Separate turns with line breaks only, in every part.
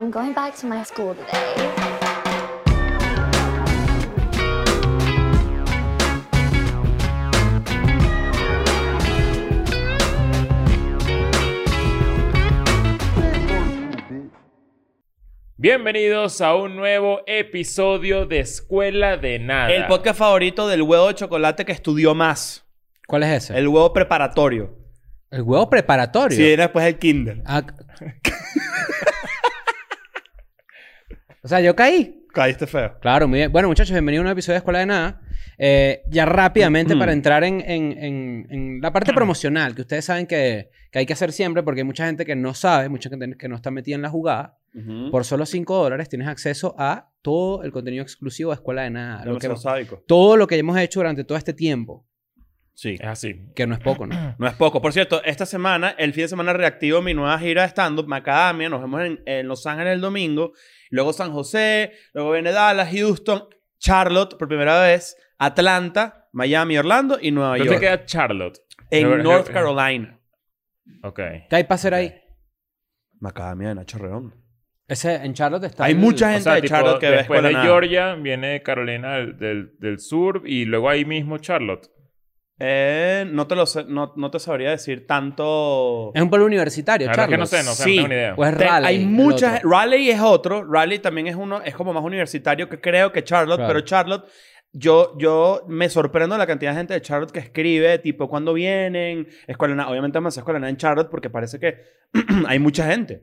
I'm going back to my school today.
Bienvenidos a un nuevo episodio de Escuela de Nada.
El podcast favorito del huevo de chocolate que estudió más.
¿Cuál es ese? El,
El huevo preparatorio.
huevo preparatorio.
Si era después el kinder.
Ah, c- o sea, yo caí.
Caíste feo.
Claro, muy bien. Bueno, muchachos, bienvenidos a un nuevo episodio de Escuela de Nada. Eh, ya rápidamente
Mm.
para entrar en, en- en- en la parte promocional, que ustedes saben que, que hay que hacer siempre porque hay mucha gente que no sabe, mucha gente que no está metida en la jugada.
Mm.
Por solo 5 dólares tienes acceso a todo el contenido exclusivo de Escuela de Nada. Lo que-
Demasiado sádico.
todo lo que hemos hecho durante todo este tiempo,
Sí.
Eh.
Es así.
que no es poco, ¿no?
No es poco. Por cierto, esta semana, el fin de semana reactivo mi nueva gira de stand-up, Macadamia. Nos vemos en, en Los Ángeles el domingo. Luego San José. Luego viene Dallas, Houston, Charlotte por primera vez. Atlanta, Miami, Orlando y Nueva
¿Dónde
York.
queda Charlotte?
En
Never-
North
never-
Carolina.
Ok.
¿Qué hay para hacer ahí?
Macadamia de Nacho Redondo.
Ese, en Charlotte está.
Hay
el-
mucha
O
gente
sea,
de
tipo,
Charlotte que ve
después
Escuela
de
de Nada.
Georgia viene Carolina del, del- del Sur y luego ahí mismo Charlotte.
Eh, no, te lo sé- no, no te sabría decir tanto.
Es un pueblo universitario,
La verdad es que no
Charlotte.
sé, no sé,
Sí.
no tengo ni idea.
O es
Te-
Raleigh,
hay
el
muchas.
otro.
Raleigh es otro. Raleigh también es uno, es como más universitario que creo que Charlotte,
Claro.
pero Charlotte. Yo, yo me sorprendo de la cantidad de gente de Charlotte que escribe, tipo, cuando vienen? Escuela de Nada. Obviamente vamos a hacer Escuela de Nada en Charlotte porque parece que hay mucha gente.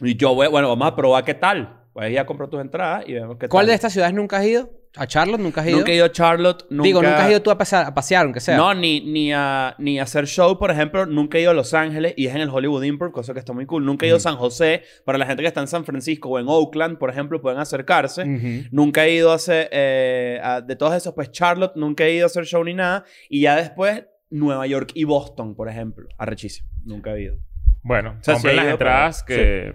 Y yo, voy- bueno, vamos a probar qué tal. Voy a ir a comprar tus entradas y vemos qué
¿Cuál
tal.
de estas ciudades nunca has ido? ¿A Charlotte nunca has ido?
Nunca he ido a Charlotte. Nunca,
Digo, nunca has ido tú a pasear, a pasear aunque sea.
No, ni, ni, a, ni a hacer show, por ejemplo, nunca he ido a Los Ángeles y es en el Hollywood Improv, cosa que está muy cool. Nunca he ido a San José. Para la gente que está en San Francisco o en Oakland, por ejemplo, pueden acercarse.
Ujú.
Nunca he ido a hacer, eh, a- de todos esos, pues Charlotte, nunca he ido a hacer show ni nada. Y ya después, Nueva York y Boston, por ejemplo. Arrechísimo. Nunca he ido.
Bueno,
sea, sí
compren
he
las
ido, pero-
entradas que...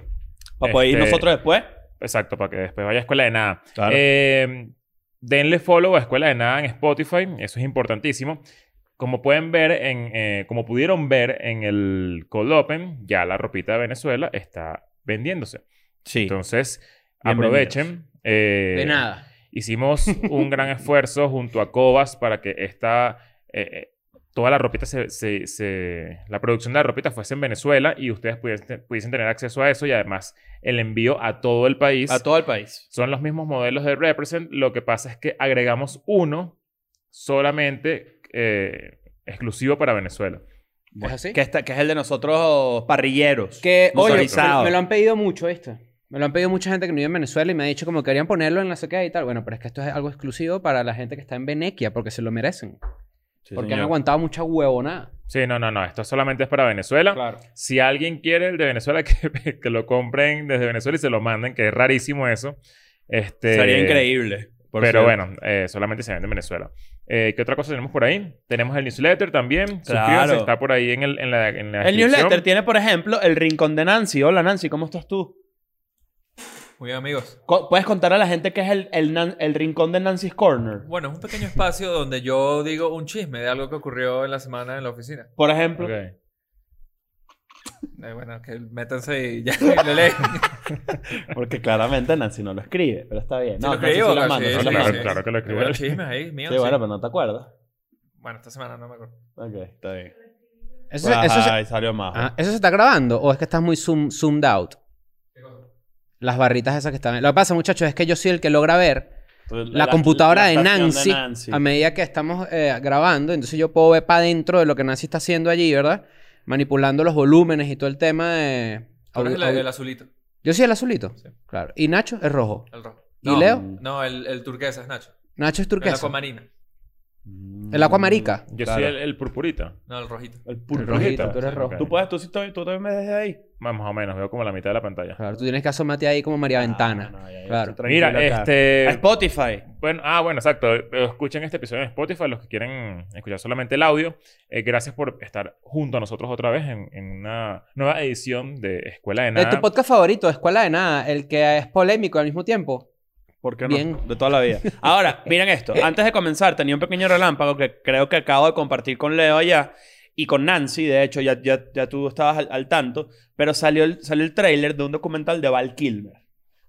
Para poder ir
Este-
nosotros después.
Exacto, para que después vaya a Escuela de Nada.
Claro.
Eh, denle follow a Escuela de Nada en Spotify. Eso es importantísimo. Como pueden ver, en, eh, como pudieron ver en el Cold Open, ya la ropita de Venezuela está vendiéndose.
Sí.
Entonces,
Bienvenidos.
aprovechen. eh,
De nada.
Hicimos un gran esfuerzo junto a Cobas para que esta... eh, eh, Toda la ropita se, se- se- La producción de la ropita fuese en Venezuela y ustedes pudiesen, pudiesen tener acceso a eso y además el envío a todo el país.
A todo el país.
Son los mismos modelos de Represent. Lo que pasa es que agregamos uno solamente eh, exclusivo para Venezuela.
¿Es así?
Que, está- que es el de nosotros parrilleros.
Que, oye,
motorizado.
me, me lo han pedido mucho, ¿viste? Me lo han pedido mucha gente que no vive en Venezuela y me ha dicho como que querían ponerlo en la sequía y tal. Bueno, pero es que esto es algo exclusivo para la gente que está en Venequia porque se lo merecen.
Sí,
porque han
señor.
aguantado mucha huevonada.
Sí, no, no, no. Esto solamente es para Venezuela.
Claro.
Si alguien quiere el de Venezuela, que, que lo compren desde Venezuela y se lo manden, que es rarísimo eso. Este,
Sería increíble. por
Pero
cierto.
bueno, eh, solamente se vende en Venezuela. Eh, ¿Qué otra cosa tenemos por ahí? Tenemos el newsletter también.
Claro.
Suscríbanse, está por ahí en, el, en la, en la
El
descripción.
newsletter tiene, por ejemplo, el rincón de Nancy. Hola, Nancy, ¿cómo estás tú?
Muy bien, amigos.
Co- ¿Puedes contar a la gente qué es el, el nan- el rincón de Nancy's Corner?
Bueno, es un pequeño espacio donde yo digo un chisme de algo que ocurrió en la semana en la oficina.
Por ejemplo.
Ok.
Eh, bueno, que métanse y ya y lo leen.
Porque claramente Nancy no lo escribe, pero está bien.
Sí,
No,
lo
Nancy
creí,
sí
o
lo
no,
manda,
sí,
sí
sí,
lo manda.
sí. claro que lo escribí.
Hay unos chismes ahí, míos.
Sí,
sí.
bueno,
bueno,
pero no te acuerdas.
esta semana no me acuerdo.
Ok, está bien.
Eso,
Pues,
se- eso se-
Ay, salió más.
ah, ¿eso se está grabando o es que estás muy zoom- zoomed out? Las barritas esas que están... Lo que pasa, muchachos, es que yo soy el que logra ver
Entonces,
la, computadora
la
de,
estación
Nancy, a medida que estamos eh, grabando, entonces yo puedo ver para adentro de lo que Nancy está haciendo allí, ¿verdad? Manipulando los volúmenes y todo el tema de...
Tú eres
audio-
el,
audio-
el azulito,
Yo soy el azulito,
Sí.
claro. Y Nacho es rojo.
el rojo.
¿Y
No,
Leo?
No, el, el turquesa es Nacho.
Nacho es
El
turquesa.
acuamarina.
El acuamarica.
Yo
Mm, Claro.
soy el, el purpurita.
No, el rojito.
El
El
purpurito.
rojito, tú eres
Sí,
rojo.
ok.
Tú puedes, tú, sí, tú, tú también me dejes ahí.
Más o menos, veo como la mitad de la pantalla.
Claro, tú tienes que asomarte ahí como María Ventana.
Ah, no, ya, ya,
claro.
estoy
Mira,
tranquilo acá.
este.
A Spotify.
Bueno, ah, bueno, exacto. Eh, Escuchen este episodio en Spotify, los que quieren escuchar solamente el audio. Eh, gracias por estar junto a nosotros otra vez en, en una nueva edición de Escuela
Este
de
Eh,
Nada.
tu podcast favorito, Escuela de Nada, el que es polémico al mismo tiempo.
¿Por qué
Bien.
De toda la vida. Ahora, miren esto. Antes de comenzar, tenía un pequeño relámpago que creo que acabo de compartir con Leo allá y con Nancy. De hecho, ya, ya, ya tú estabas al, al tanto. Pero salió el, salió el tráiler de un documental de Val Kilmer.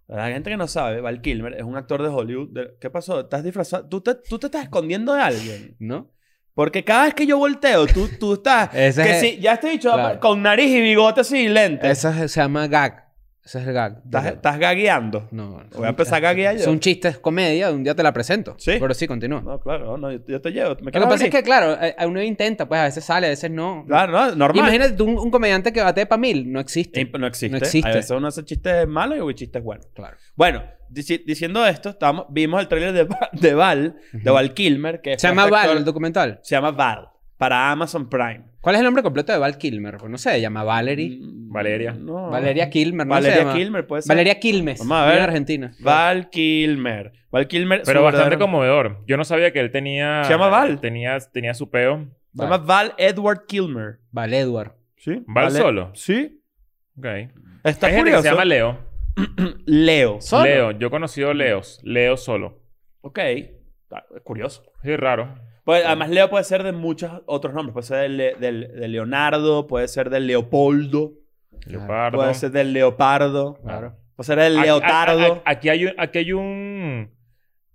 Para la gente que no sabe, Val Kilmer es un actor de Hollywood. de- ¿Qué pasó? ¿Estás disfrazado? ¿Tú te, tú te estás escondiendo de alguien?
¿No?
Porque cada vez que yo volteo, tú, tú estás...
Ese
que
es-
sí, ya te he dicho,
claro.
con nariz y bigote sin lentes.
Esa es- se llama gag. Ese es el gag.
Eh. Estás, estás gagueando.
No.
Voy a empezar a gaguear yo.
Es un chiste, es comedia, un día te la presento.
Sí.
Pero sí, continúa.
No, claro, no, yo, yo te llevo. ¿Me
Lo que
quieres
pasa es
abrir?
que, claro, a- a uno intenta, pues a veces sale, a veces no.
Claro, no, normal.
Imagínate tú un, un comediante que bate para mil, no existe.
Imp- No existe.
No existe.
A veces uno hace chistes malos y chistes buenos.
Claro.
Bueno, dici- diciendo esto, estábamos- vimos el tráiler de, Va- de Val, de Val Kilmer, que
Se
fue
llama
este
Val
actor-
el documental.
Se llama Val, para Amazon Prime.
¿Cuál es el nombre completo de Val Kilmer? Pues no sé, se llama Valerie.
Mm,
Valeria.
no.
Valeria Kilmer, ¿no? se
Valeria
llama?
Kilmer, puede ser.
Valeria Quilmes.
Vamos a ver.
En Argentina.
Val Kilmer. Val Kilmer.
Pero
su
bastante
verdadero-
conmovedor. Yo no sabía que él tenía.
Se llama Val.
Tenía, tenía su peo.
Se llama Val Edward Kilmer.
Val Edward.
¿Sí?
¿Val solo?
Sí.
Ok. Hay
Está
gente que
curioso.
se llama Leo.
Leo.
¿Solo?
Leo. Yo he conocido Leos. Leo solo.
Ok. Ah, Es curioso.
Sí, raro.
Pues, además, Leo puede ser de muchos otros nombres. Puede ser del, Le- del- de Leonardo, puede ser del Leopoldo,
Leopardo.
puede ser del Leopardo,
Claro.
puede ser del
Aquí-
Leotardo.
a- a- a- Aquí hay un. Aquí hay un...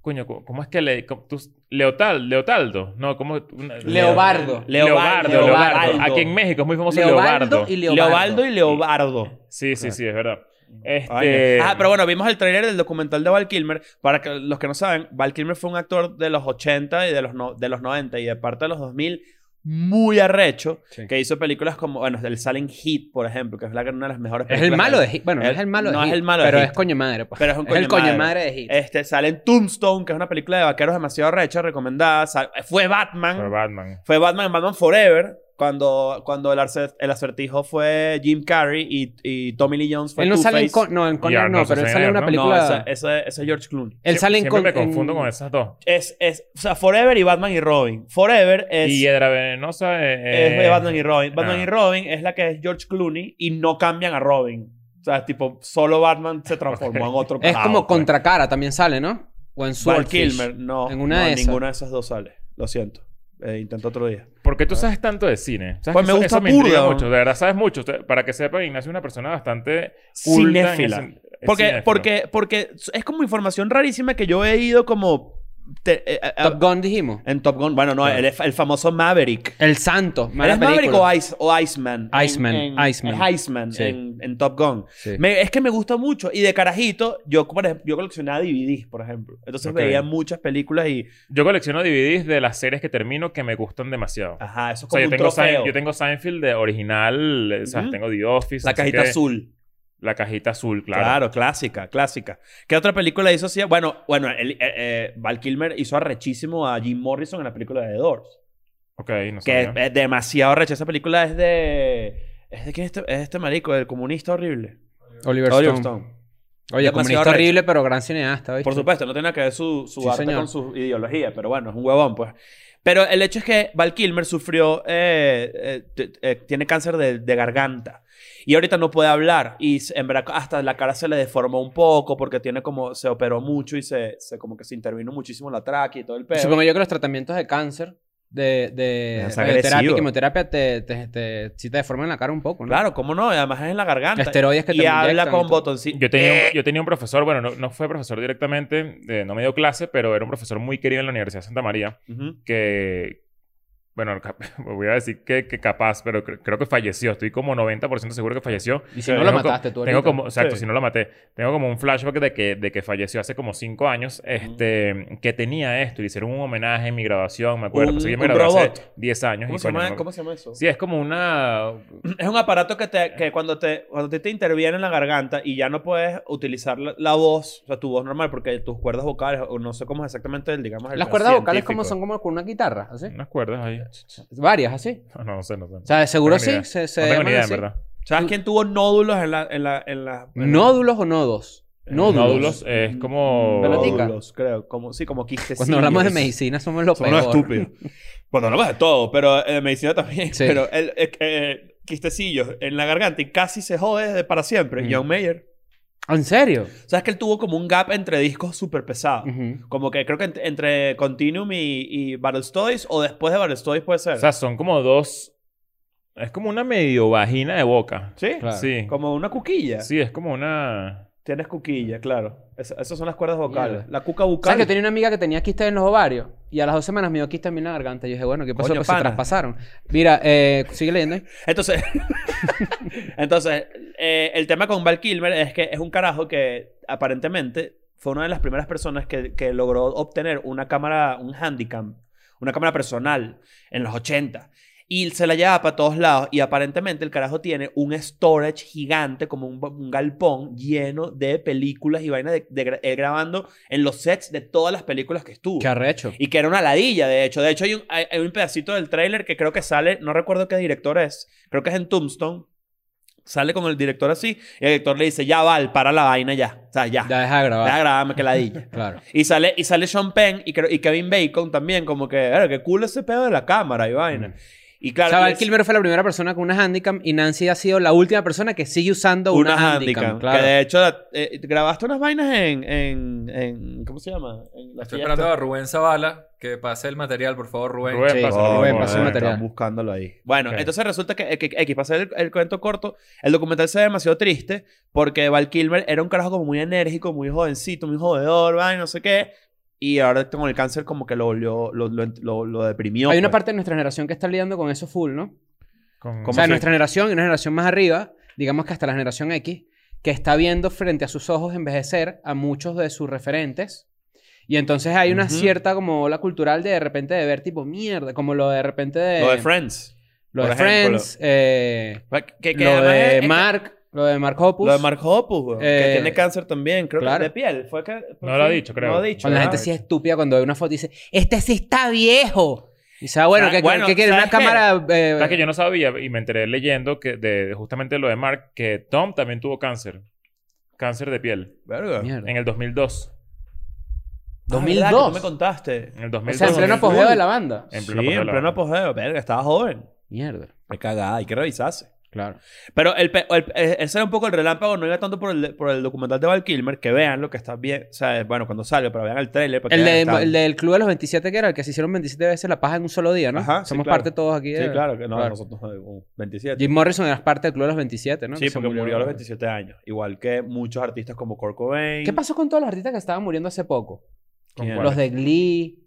Coño, ¿cómo cómo es que le... cómo- tú- Leotal, Leotaldo? No, ¿cómo...? una-
Leobardo.
Leobardo,
Leobardo.
Leobardo. Aquí en México es muy famoso Leobardo.
y Leobardo.
Leobaldo y Leobardo.
Sí, sí, sí, es verdad.
Ay,
Este...
no. Ah, pero bueno, vimos el tráiler del documental de Val Kilmer. Para que, los que no saben, Val Kilmer fue un actor de los 80 y de los, no- de los 90 y de parte de los 2000 muy arrecho,
Sí.
que hizo películas como, bueno, el Silent Hit, por ejemplo, que es la, una de las mejores
Es
películas.
el malo
de
de Hit. Bueno, no
El-
es el malo de
no es
Hit,
el malo de
Pero
Hit.
es coño madre, pues.
Pero es un
el
coño
coño
madre.
madre de Hit.
Este, sale en Tombstone, que es una película de vaqueros demasiado recha, recomendada. Sa- Fue Batman.
Pero Batman.
Fue Batman en Batman Forever, cuando, cuando el, arce- el acertijo fue Jim Carrey y, y Tommy Lee Jones fue
Él no sale en
Two-Face.
Con- No, en Conan
Arnold
no, pero él sale
Schwarzenegger, ¿no?
en una
No,
película...
No, esa- esa- ese es George Clooney.
Él
Sie-
sale en
Siempre me
con- en-
confundo con esas dos.
Es, es, o sea, Forever y Batman y Robin. Forever es,
y Hiedra Venenosa eh,
es de Batman y Robin. Batman
ah.
y Robin es la que es George Clooney y no cambian a Robin. O sea, tipo, solo Batman se transformó en otro
Es
carajo,
como
pues.
contracara también sale, ¿no? O en
Val
Swordfish.
Kilmer, no.
En una
no,
de esas.
Ninguna de esas dos sale. Lo siento. Eh, intento otro día.
¿Por qué tú sabes tanto de cine? ¿Sabes
Pues
que
me
eso-
gusta
eso intriga
burda,
mucho.
¿no?
De verdad, sabes mucho. Usted- Para que sepan, Ignacio es una persona bastante culta en
Cinéfila.
ese- es
Porque,
cinéfilo.
porque, porque es como información rarísima que yo he ido como... te- eh, eh,
Top Gun dijimos.
En Top Gun. Bueno, no,
Claro.
el, el famoso Maverick.
El Santo. mala
¿Eres Maverick
película.
o, Ice- o Iceman? En-
Iceman,
en-
Iceman.
es Iceman
Sí.
en, en Top Gun.
Sí.
Me- es que me gusta mucho. Y de carajito, yo, por ejemplo, yo coleccionaba DVDs, por ejemplo. Entonces
Ok.
veía muchas películas y...
Yo colecciono DVDs de las series que termino que me gustan demasiado.
Ajá, eso
o sea,
es como
yo
un
tengo, Sein-
trofeo.
yo tengo Seinfeld de original, eh, o sea,
Ujú.
tengo The Office.
La
no sé
cajita
qué.
azul.
La cajita azul,
Claro.
claro.
clásica, clásica. ¿Qué otra película hizo así? Bueno, bueno el- eh, eh, Val Kilmer hizo arrechísimo a Jim Morrison en la película de The Doors.
Ok, no
Que es,
sabía.
es demasiado arrecha. Esa película es de... ¿Es de quién es este, es este marico? ¿El comunista horrible?
Oliver Stone.
Oliver Stone.
Oye,
Demasiado
comunista
recho.
horrible, pero gran cineasta, ¿viste?
Por supuesto, no tiene nada que ver su, su
Sí,
arte
señor.
con su ideología, pero bueno, es un huevón, pues. Pero el hecho es que Val Kilmer sufrió, eh, eh, t- eh, tiene cáncer de, de garganta. Y ahorita no puede hablar. Y s- en verdad hasta la cara se le deformó un poco porque tiene como, se operó mucho y se, se como que se intervino muchísimo la tráquea y todo el pedo.
Supongo yo que los tratamientos de cáncer, de, de
Es
radioterapia
agresivo.
y quimioterapia, te, te, te, sí te deforman la cara un poco, ¿no?
Claro, ¿cómo no? Además es en la garganta.
Esteroides que te
Y habla
inyectan y
con eh,
todo.
botoncitos.
Yo tenía, un, yo tenía un profesor, bueno, no, no fue profesor directamente, eh, no me dio clase, pero era un profesor muy querido en la Universidad de Santa María,
Ujú.
que, bueno, cap- voy a decir que, que capaz, pero cre- creo que falleció, estoy como 90% seguro que falleció.
Y si
Sí.
no lo
Tengo co-
mataste tú
Tengo
ahorita.
como, exacto,
Sí.
si no lo maté, tengo como un flashback de que, de que falleció hace como 5 años, este, que tenía esto, le hicieron un homenaje en mi graduación, me acuerdo,
Un-
pues yo me
un
gradué hace
robot.
10 años.
¿Cómo
y
se,
coño,
llama,
no-
¿Cómo se llama eso?
Sí, es como una...
Es un aparato que, te, que cuando te, cuando te, te interviene en la garganta y ya no puedes utilizar la, la voz, o sea, tu voz normal, porque tus cuerdas vocales, o no sé cómo es exactamente, el, digamos, el
Las cuerdas vocales
científico. Mm.
como son como con una guitarra, así.
Unas cuerdas ahí.
Varias, así.
No, no sé, no sé.
O sea, seguro
No tengo ni
sí.
idea.
Se, se
no tengo ni
llaman
idea, en
así.
verdad.
¿Sabes quién tuvo nódulos en la... En la, en la en-
¿Nódulos o nodos?
Eh,
Nódulos.
Nódulos
Mm.
es como...
Pelotica.
Nódulos, creo. Como, sí, como quistecillos.
Cuando hablamos de medicina somos los
Son
peores.
unos estúpidos. Cuando hablamos de todo, pero eh, de medicina también.
Sí.
Pero el, eh, eh, quistecillos en la garganta y casi se jode desde para siempre.
Mm.
John Mayer.
¿En serio?
¿Sabes que él tuvo como un gap entre discos súper pesado?
Ujú.
Como que creo que ent- entre Continuum y, y Battletoads o después de Battletoads puede ser.
O sea, son como dos... Es como una medio vagina de boca.
¿Sí?
Claro.
Sí.
Como una cuquilla.
Sí, es como una...
Tienes cuquilla, claro. Esa- esas son las cuerdas vocales.
Mierda.
La cuca
¿Sabes
bucal.
que tenía una amiga que tenía quistes en los ovarios? Y a las dos semanas me dio quistes a mí en la garganta. Y yo dije, bueno, ¿qué pasó?
Coño,
pues
pana.
se traspasaron. Mira, eh, sigue leyendo. ahí.
Entonces, entonces eh, el tema con Val Kilmer es que es un carajo que aparentemente fue una de las primeras personas que, que logró obtener una cámara, un handicam, una cámara personal en los 80. Y se la llevaba para todos lados. Y aparentemente el carajo tiene un storage gigante, como un, un galpón lleno de películas y vainas de, de gra- él grabando en los sets de todas las películas que estuvo.
Qué arrecho.
Y que era una ladilla, de hecho. De hecho, hay un, hay, hay un pedacito del tráiler que creo que sale, no recuerdo qué director es, creo que es en Tombstone. Sale con el director así y el director le dice, ya Val, para la vaina ya. O sea, ya.
Ya deja de grabar.
Ya grabame que ladilla.
Claro.
y, sale, y sale Sean Penn y, creo- y Kevin Bacon también, como que, "Claro, qué cool ese pedo de la cámara y vaina.
Mm.
Y claro,
o sea,
y
Val
es-
Kilmer fue la primera persona con una handicap y Nancy ha sido la última persona que sigue usando una,
una
handicap.
handicap.
Claro.
Que de hecho, la- eh, grabaste unas vainas en, en, en- ¿Cómo se llama? En la
Estoy
fiesta.
esperando a Rubén Zavala que pase el material, por favor, Rubén.
Rubén,
Sí,
pásalo,
Rubén,
Rubén,
pásalo.
Rubén.
material.
están buscándolo ahí. Bueno,
Ok.
entonces resulta que, que- que- X, para hacer el, el cuento corto, el documental se ve demasiado triste porque Val Kilmer era un carajo como muy enérgico, muy jovencito, muy jodedor, vaina, no sé qué. Y ahora con el cáncer como que lo volvió, lo, lo, lo- lo deprimió.
Hay una
pues.
parte de nuestra generación que está lidiando con eso full, ¿no?
Con-
O sea,
así?
nuestra generación y una generación más arriba, digamos que hasta la generación X, que está viendo frente a sus ojos envejecer a muchos de sus referentes. Y entonces hay una
Ujú.
cierta como ola cultural de de repente de ver tipo mierda, como lo de repente de...
Lo de Friends.
lo de
por ejemplo.
Friends, eh,
Que- que
lo
además es-
de
es que-
Mark, lo de Mark Hoppus.
Lo de Mark Hoppus, weón, que
Eh,
tiene cáncer también, creo
claro.
que de piel. Fue que, fue
No lo ha
así.
dicho, creo.
No lo ha dicho. Ah,
Cuando la gente
¿verdad?
sí es estúpida, cuando ve una foto y dice, este sí está viejo. Y dice, "Ah, bueno,
Ah,
¿qué, qué-
bueno,
qué quiere? ¿Una
¿sabes qué?
cámara? eh,
Sabes que yo no sabía y me enteré leyendo que de, de justamente lo de Mark que Tom también tuvo cáncer. Cáncer de piel.
Verga.
Mierda.
En el 2002.
Ah, ¿verdad? Que tú
2002.
me contaste.
En el
O
2002.
sea, en pleno apogeo de la banda.
En
sí,
pleno apogeo de
en
la
pleno
banda.
apogeo. Verga, estaba joven.
Mierda.
Me cagada, hay que revisarse.
Claro.
Pero el, pe- el- eh, ese era un poco el relámpago, no iba tanto por el, por el documental de Val Kilmer, que vean lo que está bien, o sea, bueno, cuando sale, pero vean el trailer.
El, de- el del club de los 27 que era el que se hicieron 27 veces la paja en un solo día, ¿no?
Ajá, sí,
Somos
claro.
parte todos aquí.
Sí,
de-
claro, que no, nosotros eh, uh, 27.
Jim Morrison era parte del club de los 27, ¿no?
sí,
Que se
porque murió. a los 27 años, igual que muchos artistas como Kurt Cobain.
¿Qué pasó con todos los artistas que estaban muriendo hace poco?
¿Con
¿Quién?
cuál?
Vale.
Los de Glee.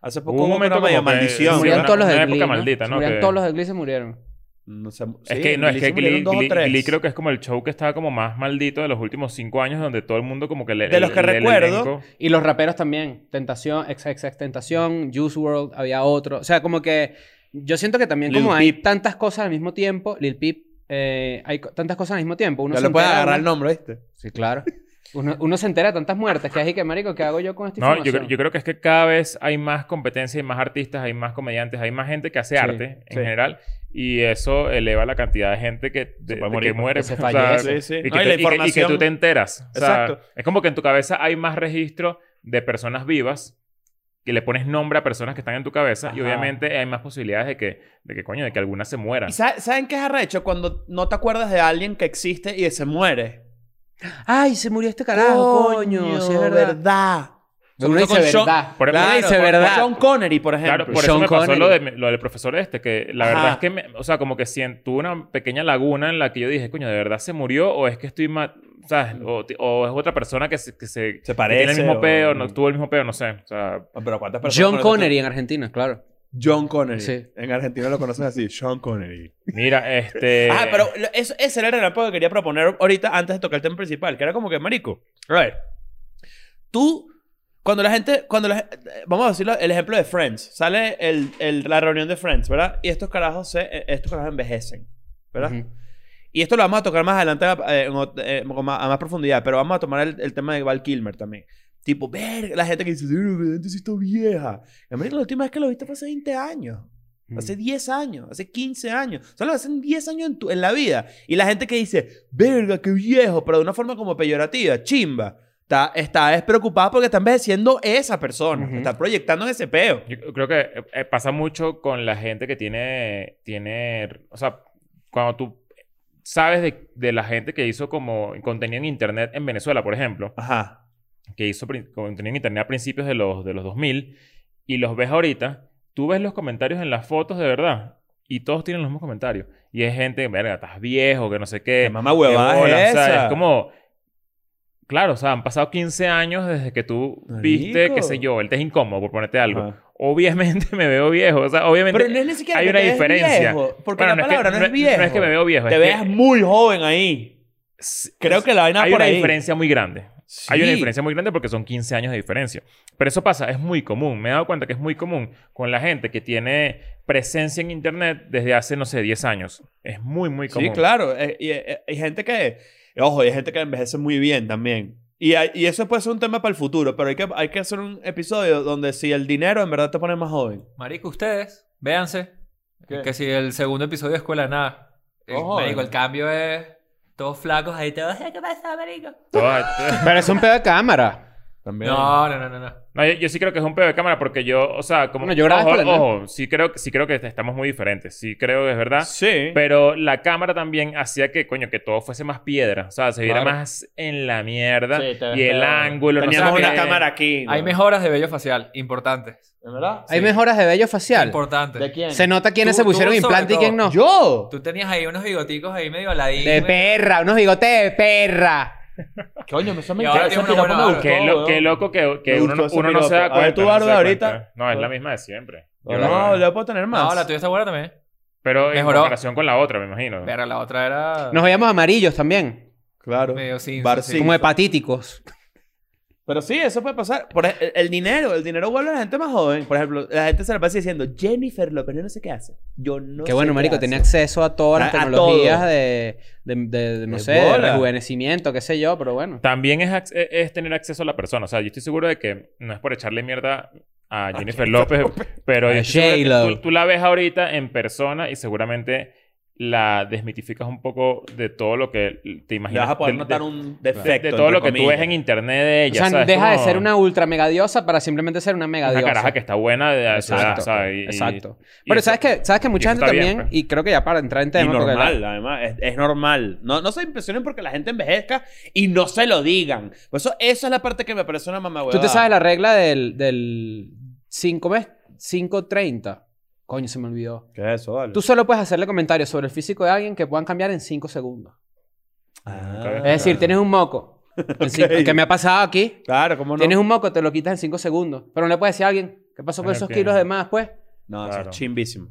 Hace
Hubo
poco
un momento
una media
como que-
maldición.
Sí,
murieron
una-
todos los de
una
Glee.
época
¿no?
maldita, ¿no?
Murieron
Que-
todos los de Glee se murieron.
No sé,
Es
sí,
que
en
no, es
Glee
que
se murieron
Glee,
dos o
Glee-
tres.
Glee creo que es como el show que estaba como más maldito de los últimos cinco años donde todo el mundo como que le...
De los que
le- le-
recuerdo.
elenco.
Y los raperos también. Tentación, ex, ex, ex Tentación, Juice World, había otro. O sea, como que yo siento que también
Lil
como hay
Peep.
tantas cosas al mismo tiempo, Lil Peep, eh, hay co- tantas cosas al mismo tiempo. Uno
Ya
se
le puedes
entera de
agarrar el
una-
nombre, ¿viste?
Sí, claro. Uno, uno se entera de tantas muertes que es y que, marico, ¿qué hago yo con esta
No, yo, creo-
información?
yo creo que es que cada vez hay más competencia, hay más artistas, hay más comediantes, hay más gente que hace
Sí,
arte en
sí.
general y eso eleva la cantidad de gente que, de- de
puede
que
morir, pues,
muere.
que se
o sea,
fallece.
Sí, sí.
Y que,
No, y
te-
la
y que- y que tú
información-
te enteras. O sea,
Exacto.
Es como que en tu cabeza hay más registro de personas vivas que le pones nombre a personas que están en tu cabeza y
Ajá.
obviamente hay más posibilidades de que, de que coño, de que alguna se muera.
¿Y sa- saben qué es arrecho? Cuando no te acuerdas de alguien que existe y se muere. Oh,
Ay, se murió este carajo, coño. sí, es verdad. Uno
Sobre todo
dice
con Sean-
verdad.
Por-
Uno
Claro,
dice
por-
verdad.
Sean Connery, por ejemplo.
Claro, por
Sean
eso me pasó
Connery.
lo, de mi- lo del profesor este, que la
Ajá.
verdad es que, me- o sea, como que sien- tuve una pequeña laguna en la que yo dije, coño, ¿de verdad se murió? ¿O es que estoy más, sabes? O, ti- o es otra persona que se, que se, que
Se
tiene el mismo
o-
peo, no, tuvo el mismo peo, no sé. O sea,
Ah, Pero ¿cuántas personas
John
conocen?
Connery en Argentina, claro.
John Connery.
Sí.
En Argentina lo conocen así, John Connery.
mira, este...
Ah, pero lo- eso- ese era el relámpago que quería proponer ahorita antes de tocar el tema principal, que era como que, marico, a ver, tú, cuando la gente, cuando la, gen- eh, vamos a decirlo, el ejemplo de Friends, sale el, el- la reunión de Friends, ¿verdad? Y estos carajos, se, eh, estos carajos envejecen, ¿verdad?
Ujú.
Y esto lo vamos a tocar más adelante eh, en ot- eh, con más- a más profundidad, pero vamos a tomar el, el tema de Val Kilmer también. Tipo, ver la gente que dice, "Dude, la gente sí está vieja. Y, marico, la última vez que lo viste fue hace 20 años.
Mm.
Hace 10 años, hace 15 años. Solo hacen 10 años en, tu- en la vida. Y la gente que dice, verga, qué viejo, pero de una forma como peyorativa, chimba. Está, está es preocupada porque está envejeciendo esa persona.
Ujú.
Está proyectando en ese peo.
Yo creo que eh, eh, pasa mucho con la gente que tiene, tiene, o sea, cuando tú sabes de, de la gente que hizo como contenido en internet en Venezuela, por ejemplo,
Ajá.
que hizo prin- contenido en internet a principios de los, de los 2000 y los ves ahorita, tú ves los comentarios en las fotos de verdad y todos tienen los mismos comentarios. Y es gente, verga, estás viejo, que no sé Eh, qué.
Qué mamá huevada
qué bola",
es
o sea,
esa.
es como, Claro, o sea, han pasado 15 años desde que tú viste,
Marico.
qué sé yo, el test incómodo, por ponerte algo.
Ajá.
Obviamente me veo viejo, o sea, obviamente
Pero no es ni siquiera
hay
que
una
te ves
diferencia.
viejo, porque
Bueno,
la palabra no es, viejo.
No es que me veo viejo.
Te
es
veas
que
muy joven ahí.
s-
Creo que la vaina
hay
por
una
ahí.
diferencia muy grande. Hay una
Sí.
diferencia muy grande porque son 15 años de diferencia. Pero eso pasa, es muy común. Me he dado cuenta que es muy común con la gente que tiene presencia en Internet desde hace, no sé, 10 años. Es muy, muy común.
Sí, claro. Eh, y, eh, hay gente que, ojo, hay gente que envejece muy bien también. Y, hay- y eso puede ser un tema para el futuro, pero hay que, hay que hacer un episodio donde si el dinero en verdad te pone más joven.
Marico, ustedes, véanse.
¿Qué?
Que si el segundo episodio de Escuela de Nada. el-
Ojo,
marico,
eh.
el cambio es... Todos flacos ahí, todos... "Eh, ¿Qué pasa, marico?
Toda-
Pero es un pedo de cámara.
También.
No, no, no, no, no.
No, yo, yo sí creo que es un pedo de cámara porque yo, o sea, como...
Bueno, yo grababa
ojo,
escuela, ¿no?
ojo, sí creo, sí creo que estamos muy diferentes. Sí creo que es verdad.
Sí.
Pero la cámara también hacía que, coño, que todo fuese más piedra. O sea, se viera
Claro.
más en la mierda.
Sí, te ves
y el
peor.
ángulo.
Teníamos
no sé
una
qué.
cámara aquí.
Hay mejoras de vello facial importantes.
¿De verdad?
Hay mejoras de vello facial.
Importantes.
¿De quién?
Se nota quiénes
Tú-
se pusieron
tú sobre
implante y
todo.
quién no.
¿Yo?
Tú tenías ahí unos bigoticos ahí medio aladitos.
De perra, unos bigotes de perra.
Coño, me son
Y ahora tiene una buena barba.
Qué, lo- qué loco que, que
Me
uno, no-
gustó ese
uno no se
piropo.
da
A ver,
cuenta.
tu
no se
barba
da
ahorita.
cuenta. No, es la misma de siempre. Yo la-
No, le puedo tener más.
No, la tuya está buena también.
Pero en
Mejoró.
comparación con la otra, me
Ah.
imagino.
Pero la otra era...
Nos veíamos amarillos también.
Claro.
Medio sin...
Bar
sin-
Sí.
Como hepatíticos.
Pero sí, eso puede pasar. Por ej- el, el dinero, el dinero vuelve a la gente más joven. Por ejemplo, la gente se la pasa diciendo, Jennifer López, yo no sé qué hace. Yo no
que bueno,
sé
marico,
qué
tenía
hace".
acceso a todas las
A- a
tecnologías
todo.
de, de, de- de, no
De
sé, de
bola.
rejuvenecimiento, qué sé yo, pero bueno.
También es, ac- es- es tener acceso a la persona. O sea, yo estoy seguro de que no es por echarle mierda a Jennifer López, pero
A
yo estoy seguro de que
J-Lo.
tú, tú la ves ahorita en persona y seguramente la desmitificas un poco de todo lo que te
Le
imaginas.
vas a poder
de-
notar
de-
un
de-
defecto.
de todo
entre
lo que tú
comillas.
ves en internet de
o
ella.
sea,
¿sabes?
deja de
Como
ser una ultra megadiosa para simplemente ser una
una
megadiosa.
caraja que está buena de a esa edad,
Exacto.
¿sabes? Y- y-
exacto.
y
Pero
eso-
sabes que, sabes que mucha
eso
gente
está bien,
también,
pues.
y creo que ya para entrar en
Y
tema, porque la-
normal, además, es, es normal. No, no se impresionen porque la gente envejezca y no se lo digan. Por eso, esa es la parte que me parece una mamá
tú te sabes la regla del, del 5 mes, 5.30. Coño, se me olvidó.
¿Qué es eso, vale?
Tú solo puedes hacerle comentarios sobre el físico de alguien que puedan cambiar en 5 segundos.
Ah.
Es decir, tienes un moco. En cinco-
Ok.
que me ha pasado aquí.
Claro, ¿cómo no?
Tienes un moco, te lo quitas en 5 segundos. Pero no le puedes decir a alguien, ¿qué pasó con
Ah,
esos
ok.
kilos de más, pues?
No, eso
Claro.
es chimbísimo.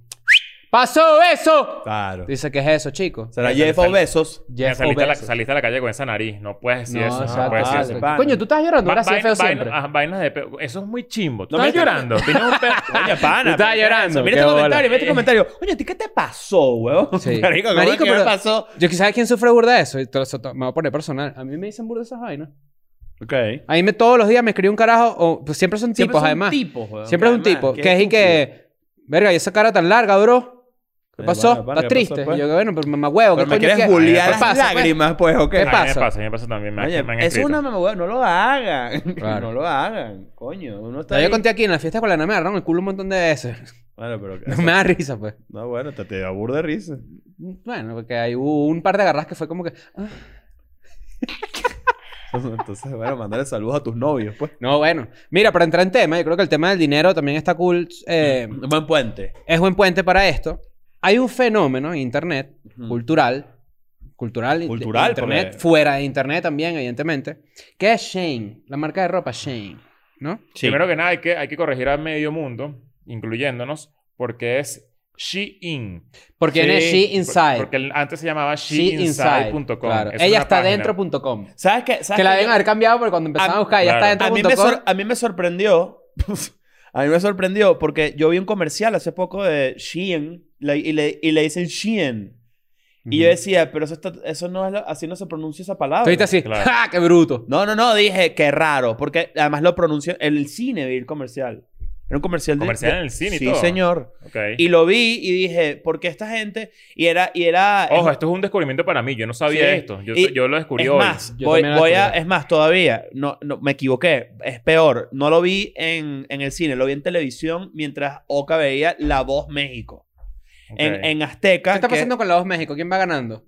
¡Pasó eso!
Claro.
Dice, ¿qué es eso, chico?
Será
Ya
Jeff
sale-
Besos.
Mira,
Jeff
saliste, a la,
Bezos.
saliste a la calle con esa nariz. No puedes decir
No,
eso.
Pues
No
exacto. Ah,
puedes decir
Vale,
eso.
pana.
Coño, tú estás llorando, ahora sí
Vai-
es feo
vaina-
siempre.
ah, vainas de peo. Eso es muy chimbo. Tú
No
estás
me-
llorando. Tienes un peo.
Oye, pana.
Tú estás
mira
llorando,
eso. Mira
qué
este
bola.
comentario, mira este comentario. Oye, ¿a ti qué te pasó, huevón?
Sí.
Marico, ¿cómo
Marico,
es que
pero-
me pasó?
Yo quizás ¿sabes quién sufre burda de eso. Y todo eso to- me voy a poner personal. A mí me dicen burda esas vainas.
Ok.
A mí me, todos los días me escribe un carajo. O, pues siempre son tipos,
son
además.
tipos, huevón,
siempre es un
además,
tipo.
qué
Que es y que. Verga, y esa cara tan larga, bro. ¿Qué
Eh,
pasó?
bueno, pana,
¿Estás
¿qué pasó,
triste?
pues?
Y yo, bueno, pero mamá huevo,
Pero me
¿qué coño
quieres
quieres?
bullear
¿Qué
las
pasa, pues?
lágrimas, pues, ok.
¿Qué
A mí me
pasa?
pasa, a mí me pasa también. Me,
Oye,
me han
es
escrito.
una mamá, no lo hagan.
Claro.
no lo hagan, coño. Uno está
Pues, Ya yo
ahí.
conté aquí en la fiesta con la nana, me agarraron el culo un montón de veces.
Bueno, pero...
No me da risa, pues.
No, bueno, te, te aburre de risa.
Bueno, porque ahí hubo un par de agarras que fue como que. ah.
Entonces, bueno, mandarle saludos a tus novios, pues.
No, bueno. Mira, para entrar en tema, yo creo que el tema del dinero también está cool. eh,
Buen puente.
es buen puente para esto. Hay un fenómeno en internet cultural, cultural, de-
Cultural,
internet,
porque-
fuera de internet también, evidentemente, que es Shane, la marca de ropa Shane, ¿no?
Primero que nada, hay que, hay que corregir al medio mundo, incluyéndonos, porque es Shein.
Porque quién es She Inside.
Porque el- antes se llamaba
She Inside.
Sheinside.com.
claro.
Es
Ella
una
está
página.
dentro.com.
¿Sabes qué? ¿Sabes
Que la
qué?
deben haber cambiado porque cuando empezaron a,
A-
buscar, ya
claro.
está
a mí,
dentro.com.
me sor- a mí me sorprendió. a mí me sorprendió porque yo vi un comercial hace poco de Shein la- y, le, y le dicen Shein. Y yo decía, pero eso, está- eso no es la- así no se pronuncia esa palabra.
Estuviste así,
Claro.
¡ja! ¡Qué bruto!
No, no, no, dije, qué raro, porque además lo pronunció en el cine, vi el comercial. Era un comercial de-
Comercial
de-
en el cine y
Sí,
todo.
señor.
Ok.
Y lo vi y dije, ¿por qué esta gente? Y era, y era.
Ojo,
es,
esto es un descubrimiento para mí. Yo no sabía
Sí.
esto. Yo,
Y-
yo lo descubrí
es
hoy.
más,
Yo
voy,
también la
voy a,
descubrí.
es más, todavía, no, no, me equivoqué, es peor, no lo vi en, en el cine, lo vi en televisión mientras Oca veía La Voz México.
Ok.
En, en Azteca.
¿Qué está
que-
pasando con la voz México? ¿Quién va ganando?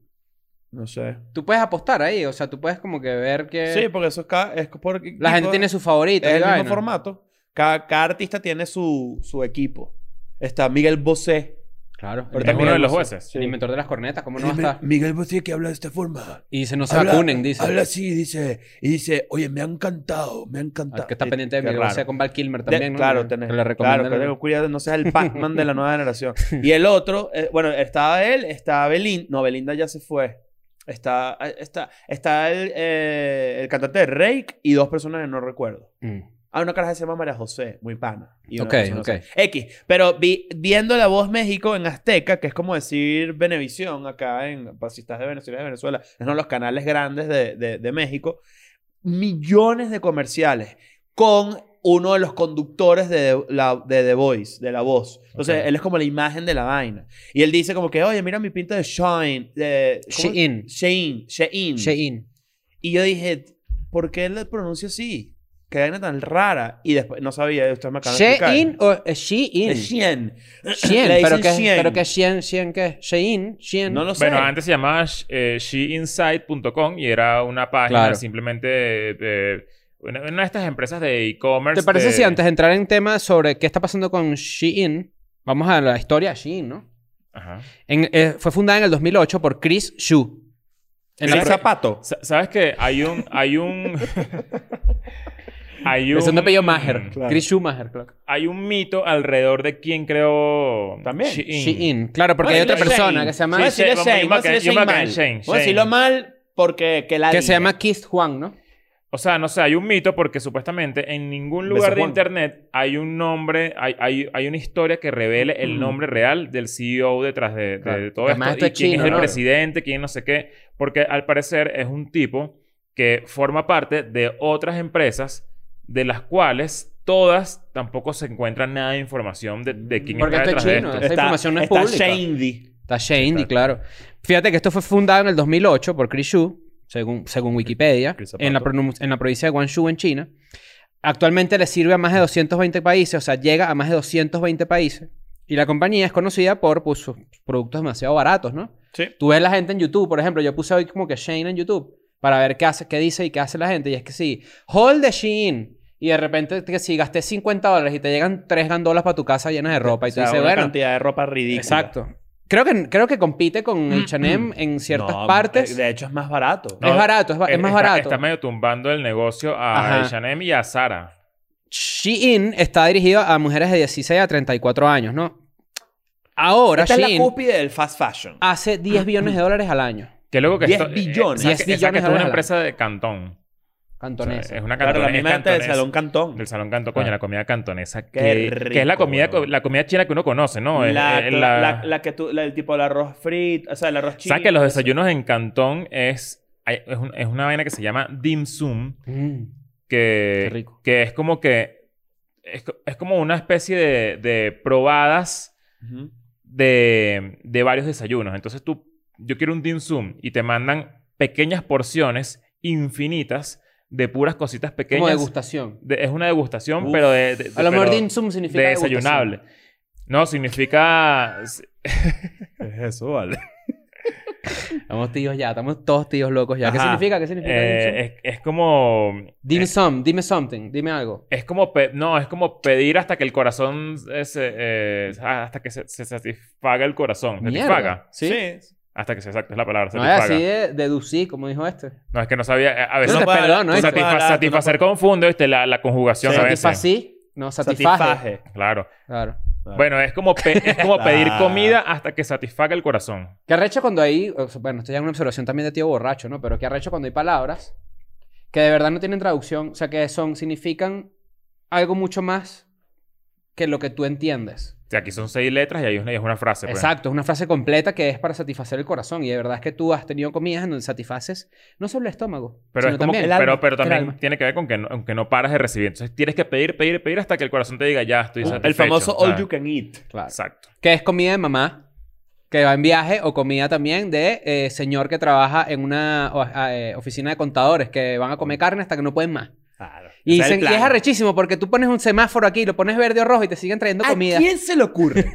No sé.
Tú puedes apostar ahí, o sea, tú puedes como que ver que
Sí, porque eso es, ca- es por.
Eh, la gente tiene su favorito.
Es el
y
mismo
vaina.
formato. Cada, cada artista tiene su, su equipo. Está Miguel Bosé.
Claro.
Pero
Es
el
también
uno de
inventor-
los jueces.
El inventor de las cornetas, ¿cómo no va a estar?
Miguel Bosé que habla de esta forma.
Y dice, no se
habla,
vacunen, dice.
Habla así, dice. Y dice, oye, me han cantado, me han
Ah,
cantado.
Que está
Eh,
pendiente de
qué
Miguel
raro.
Bosé con Val Kilmer
De-
también. ¿no?
claro,
Que-
tenés-
que le
claro,
recomiendan
que
el-
tengo cuidado, no seas el Pac-Man de la nueva generación. Y el otro, eh, bueno, está él, está Belinda, no, Belinda ya se fue. Está, eh, está, está el, eh, el cantante de Rake y dos personas que no recuerdo.
Mm.
Ah, una cara que se llama María José, muy pana. Y una
Ok,
persona
ok.
así. X. Pero vi- viendo La Voz México en Azteca, que es como decir Venevisión acá, en, para si estás de Venezuela, de Venezuela, es uno de los canales grandes de, de- de México, millones de comerciales con uno de los conductores de, la, de The Voice, de La Voz. Entonces,
Ok.
él es como la imagen de la vaina. Y él dice como que, oye, mira mi pinta de Shine. De, ¿cómo?
Shein.
Shein. Shein.
Shein.
Y yo dije, ¿por qué él le pronuncia así? Qué vaina tan rara. Y después, no sabía, ustedes me acaban de explicar.
Shein o eh, Shein.
Es Shein.
Shein.
Le
Pero
dicen
que,
Shein.
pero que Shein, Shein, ¿qué? Shein, Shein.
No lo sé.
Bueno, antes se llamaba eh, sheinsight.com y era una página
Claro.
simplemente eh, una, una de estas empresas de e-commerce.
¿Te parece
de-
si antes de entrar en temas sobre qué está pasando con Shein, vamos a la historia de Shein, ¿no?
Ajá.
En- eh, fue fundada en el 2008 por Chris Xu. En
¿Es
la
el zapato?
Sa- ¿Sabes qué? Hay un... Hay un... hay
pro- el
un... mm,
segundo apellido Maher.
Claro.
Chris Xu Maher, claro.
Hay un mito alrededor de quién creó...
También.
Shein.
Shein. Claro, porque
Bueno,
hay otra
Shein.
persona que se
Vamos a
llama...
Sí,
decirle
vamos a-
Shein, vamos a
yo
decirle
me quedé en Shein,
Shein mal. Vamos a decirlo
Shein.
mal porque que la
Que
diga.
se llama Keith Juan,
Oh,
¿no?
O sea, no sé, hay un mito porque supuestamente en ningún
Beso
lugar de
Juan.
internet hay un nombre, hay, hay, hay una historia que revele el nombre real del CEO detrás de, de-
Claro.
de todo
Además,
esto.
esto
Y
es
quién
chino,
es el
¿no?
presidente, quién no sé qué. Porque al parecer es un tipo que forma parte de otras empresas de las cuales todas tampoco se encuentra nada de información de, de quién
Porque
está
esto es
detrás de
chino,
esto.
Esa información no es
está
pública.
Sheindy.
Está Shein, y claro. Fíjate que esto fue fundado en el 2008 por Chris Xu, según, según Wikipedia,
Chris Zapato.
en la, pronun- en la provincia de Guangzhou, en China. Actualmente le sirve a más de 220 países, o sea, llega a más de 220 países. Y la compañía es conocida por pues, sus productos demasiado baratos, ¿no?
Sí.
Tú ves la gente en YouTube, por ejemplo, yo puse hoy como que Shein en YouTube para ver qué hace, qué dice y qué hace la gente. Y es que sí, hold the Shein. Y de repente, que si gasté 50 dólares y te llegan tres gandolas para tu casa llenas de ropa. Y
O
tú
sea,
dices,
una
bueno,
cantidad de ropa ridícula.
Exacto. Creo que, creo que compite
Mm,
con H&M en ciertas
No,
partes.
De eh, hecho, es más barato.
No,
es barato, es, ba- es más
Está-
barato.
Está medio tumbando el negocio a
Ajá.
H&M y a Sara.
Shein está dirigido a mujeres de 16 a 34 años, ¿no? Ahora
Esta es la
Shein
cúspide del fast fashion.
Ah,
hace 10 billones de dólares al año.
Que luego que
10
esto- eh,
billones.
esa que-
10
esa que esto
billones
es una
de dólares.
empresa de Cantón. O sea,
Cantonés.
es una
Claro, la
cantonesa,
misma gente del
cantonesa.
Salón Cantón.
Del salón canto, coño,
Ah.
la comida cantonesa. Que,
rico,
que es la comida, co-
weón.
la comida china que uno conoce, ¿no? Es-
la,
es
la,
la-
la que tú, la- el tipo del arroz frito, o sea, el arroz chino.
¿Sabes que los desayunos en Cantón es, hay- es, un- es una vaina que se llama dim sum,
Mm.
que,
Qué rico.
que es como que es, co- es como una especie de, de probadas
Ujú.
de, de varios desayunos. Entonces tú, yo quiero un dim sum y te mandan pequeñas porciones infinitas de puras cositas
Como
pequeñas.
degustación.
De- es una degustación,
Uf.
pero de, de- de-
A lo mejor
pero-
dim sum significa
de
degustación.
desayunable. No, significa.
Es eso, vale.
Estamos tíos ya, estamos todos tíos locos ya. ¿Qué
Ajá.
significa? ¿Qué significa dim sum?
eh, es, es como.
Dime
es,
some, dime something, dime algo.
es como. pe- no, es como pedir hasta que el corazón. eh, se, eh, hasta que se, se satisfaga el corazón.
Mierda.
Satisfaga.
¿Sí?
Hasta que se exacto, es la palabra.
No es así
Satisfaga. No,
de deducir, como dijo este.
es que no sabía. eh, A
Tú
veces.
no
satisfa-
te
puedes
perdono,
hablar, tú no
¿eh?
puedes hablar, tú no
satisfacer
puedes-
confunde, ¿viste? La, la conjugación
Sí.
a veces.
Satisfací, no satisfaje.
Satisfaje.
Claro.
Claro.
Bueno, es como, pe- es como pedir
Ah.
comida hasta que satisfaga el corazón.
Qué arrecho cuando hay, o sea, bueno, esto ya es una observación también de tío borracho, ¿no? Pero qué arrecho cuando hay palabras que de verdad no tienen traducción, o sea, que son, significan algo mucho más que lo que tú entiendes.
O sea, aquí son seis letras y ahí es una, es una frase. pues.
Exacto, es una frase completa que es para satisfacer el corazón y de verdad es que tú has tenido comidas en donde satisfaces no solo el estómago,
Pero,
sino
es como,
también
pero, pero
el
también
alma.
tiene que ver con que no, aunque no paras de recibir. Entonces tienes que pedir, pedir, pedir hasta que el corazón te diga ya estoy satisfecho.
El famoso all
¿sabes?
you can eat.
Claro.
Exacto.
Que es comida de mamá, que va en viaje, o comida también de eh, señor que trabaja en una o- a- eh, oficina de contadores, que van a comer carne hasta que no pueden más.
Claro.
Y,
Ese es el
dicen- y
plan.
es arrechísimo porque tú pones un semáforo aquí, lo pones verde o rojo y te siguen trayendo
¿A
comida.
quién se le ocurre?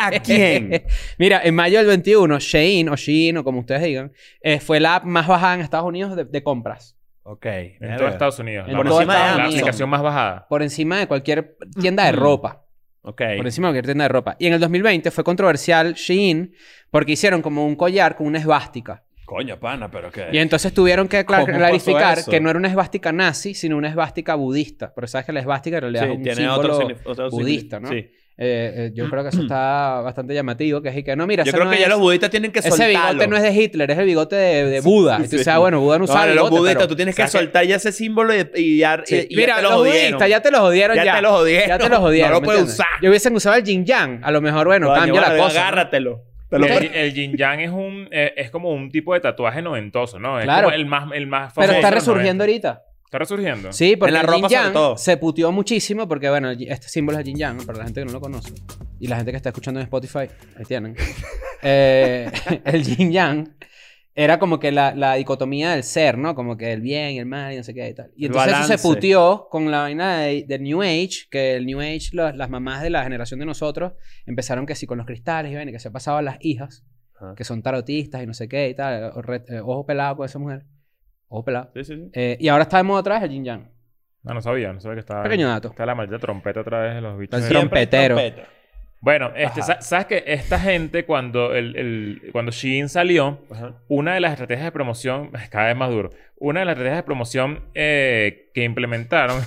¿A quién?
Mira, en mayo del 21, Shein o Shein o como ustedes digan, eh, fue la app más bajada en Estados Unidos de, de compras.
ok.
En todo Estados Unidos.
En
la,
todo
más-
Estados
la
Unidos.
aplicación más bajada.
Por encima de cualquier tienda de ropa.
Ok.
Por encima de cualquier tienda de ropa. Y en el 2020 fue controversial Shein porque hicieron como un collar con una esvástica.
Coño, pana, pero qué.
Y entonces tuvieron que cla-
¿Cómo pasó
clarificar
eso?
que no era una esvástica nazi, sino una esvástica budista. Pero sabes que la esvástica en realidad
Sí,
es un
tiene
símbolo...
otro, signif- otro
budista, ¿no?
Sí.
Eh, eh, yo creo que eso está bastante llamativo, que es y que no, mira,
Yo
ese
creo
no
que ya
es-
los budistas tienen que
ese
soltarlo.
bigote no es de Hitler, es el bigote de, de Buda. Y tú
Sí.
dices, ah, bueno, Buda no
No, no,
usaba
los
bigote,
budistas,
pero-
tú tienes que
¿sabes qué?
soltar ya ese símbolo y, y ya,
Sí.
y- y ya
Mira,
te
los
lo jodieron.
budistas ya te los jodieron ya.
Ya te lo jodieron.
Ya te los jodieron.
No lo
¿me
puedes
entiendes?
usar.
Yo hubiesen usado el yin yang. A lo mejor, bueno,
Coño,
cambia la
vale,
cosa. ¿no?
Agárratelo. Te lo-
El, el yin yang es, un, eh, es como un tipo de tatuaje noventoso, ¿no? Es
Claro.
como el más, el más famoso.
Pero está
de los
resurgiendo
90.
ahorita.
Está resurgiendo.
Sí, porque
En la
el
ropa
yin
sobre
yang
todo.
se puteó muchísimo porque, bueno, el- este símbolo es el yin yang, para la gente que no lo conoce. Y la gente que está escuchando en Spotify, ahí tienen. Eh, el yin yang era como que la, la dicotomía del ser, ¿no? Como que el bien y el mal y no sé qué y tal. Y
El
entonces eso se
balance.
puteó con la vaina de, del New Age, que el New Age, la- las mamás de la generación de nosotros, empezaron que sí con los cristales y vaina, que se ha pasado a las hijas,
Ajá.
que son tarotistas y no sé qué y tal. o re- eh, Ojo pelado con esa mujer. Ojo pelado.
Sí, sí, sí.
Eh, y ahora está de moda otra vez el yin yang.
Ah, No, no sabía, no sabía que estaba.
Pequeño dato.
Está la maldita trompeta otra vez de los bichos.
Entonces,
de-
Siempre es
trompetero.
trompeta.
Bueno, este,
Ajá.
sa- ¿sabes que Esta gente, cuando, el, el- cuando Shein salió,
Ajá.
una de las estrategias de promoción, cada vez más duro, una de las estrategias de promoción eh, que implementaron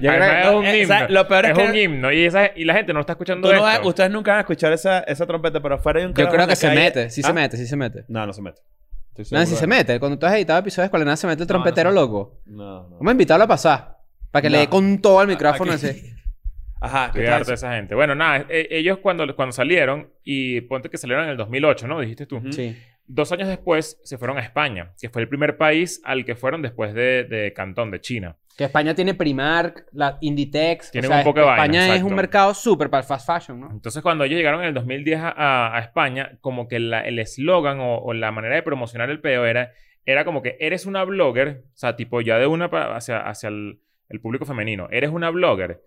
Yo
Además,
creo que-
es un
eh,
himno.
¿sabes? Lo peor es,
es
que
un himno y, esa- y la gente no está escuchando
tú no
esto.
vas- ustedes nunca van a escuchar esa, esa trompeta, pero afuera hay un
Yo
carajo
creo
en la
que se
calle-
mete, sí
¿Ah?
se mete, sí se mete.
No, no se mete. Estoy
No,
seguro
sí
de-
se mete. Cuando tú has editado episodios con la nada se mete el trompetero
no.
loco.
No, no.
Vamos a invitarlo a pasar. Para que le
No. Ah,
dé con todo el micrófono
Aquí.
así.
Ajá, ¿qué
Estoy
tal?
harto de esa gente. Bueno, nada, e- ellos cuando, cuando salieron, y ponte que salieron en el 2008, ¿no? Dijiste tú.
Ujú.
Sí.
Dos años después se fueron a España, que fue el primer país al que fueron después de, de Cantón, de China.
Que España tiene Primark, la Inditex.
Tienen un poco de vaina,
España es
exacto.
un mercado súper para el fast fashion, ¿no?
Entonces, cuando ellos llegaron en el 2010 a- a, a España, como que la- el eslogan o, o la manera de promocionar el peo era, era como que eres una blogger, o sea, tipo ya de una pa- hacia, hacia el, el público femenino, eres una blogger,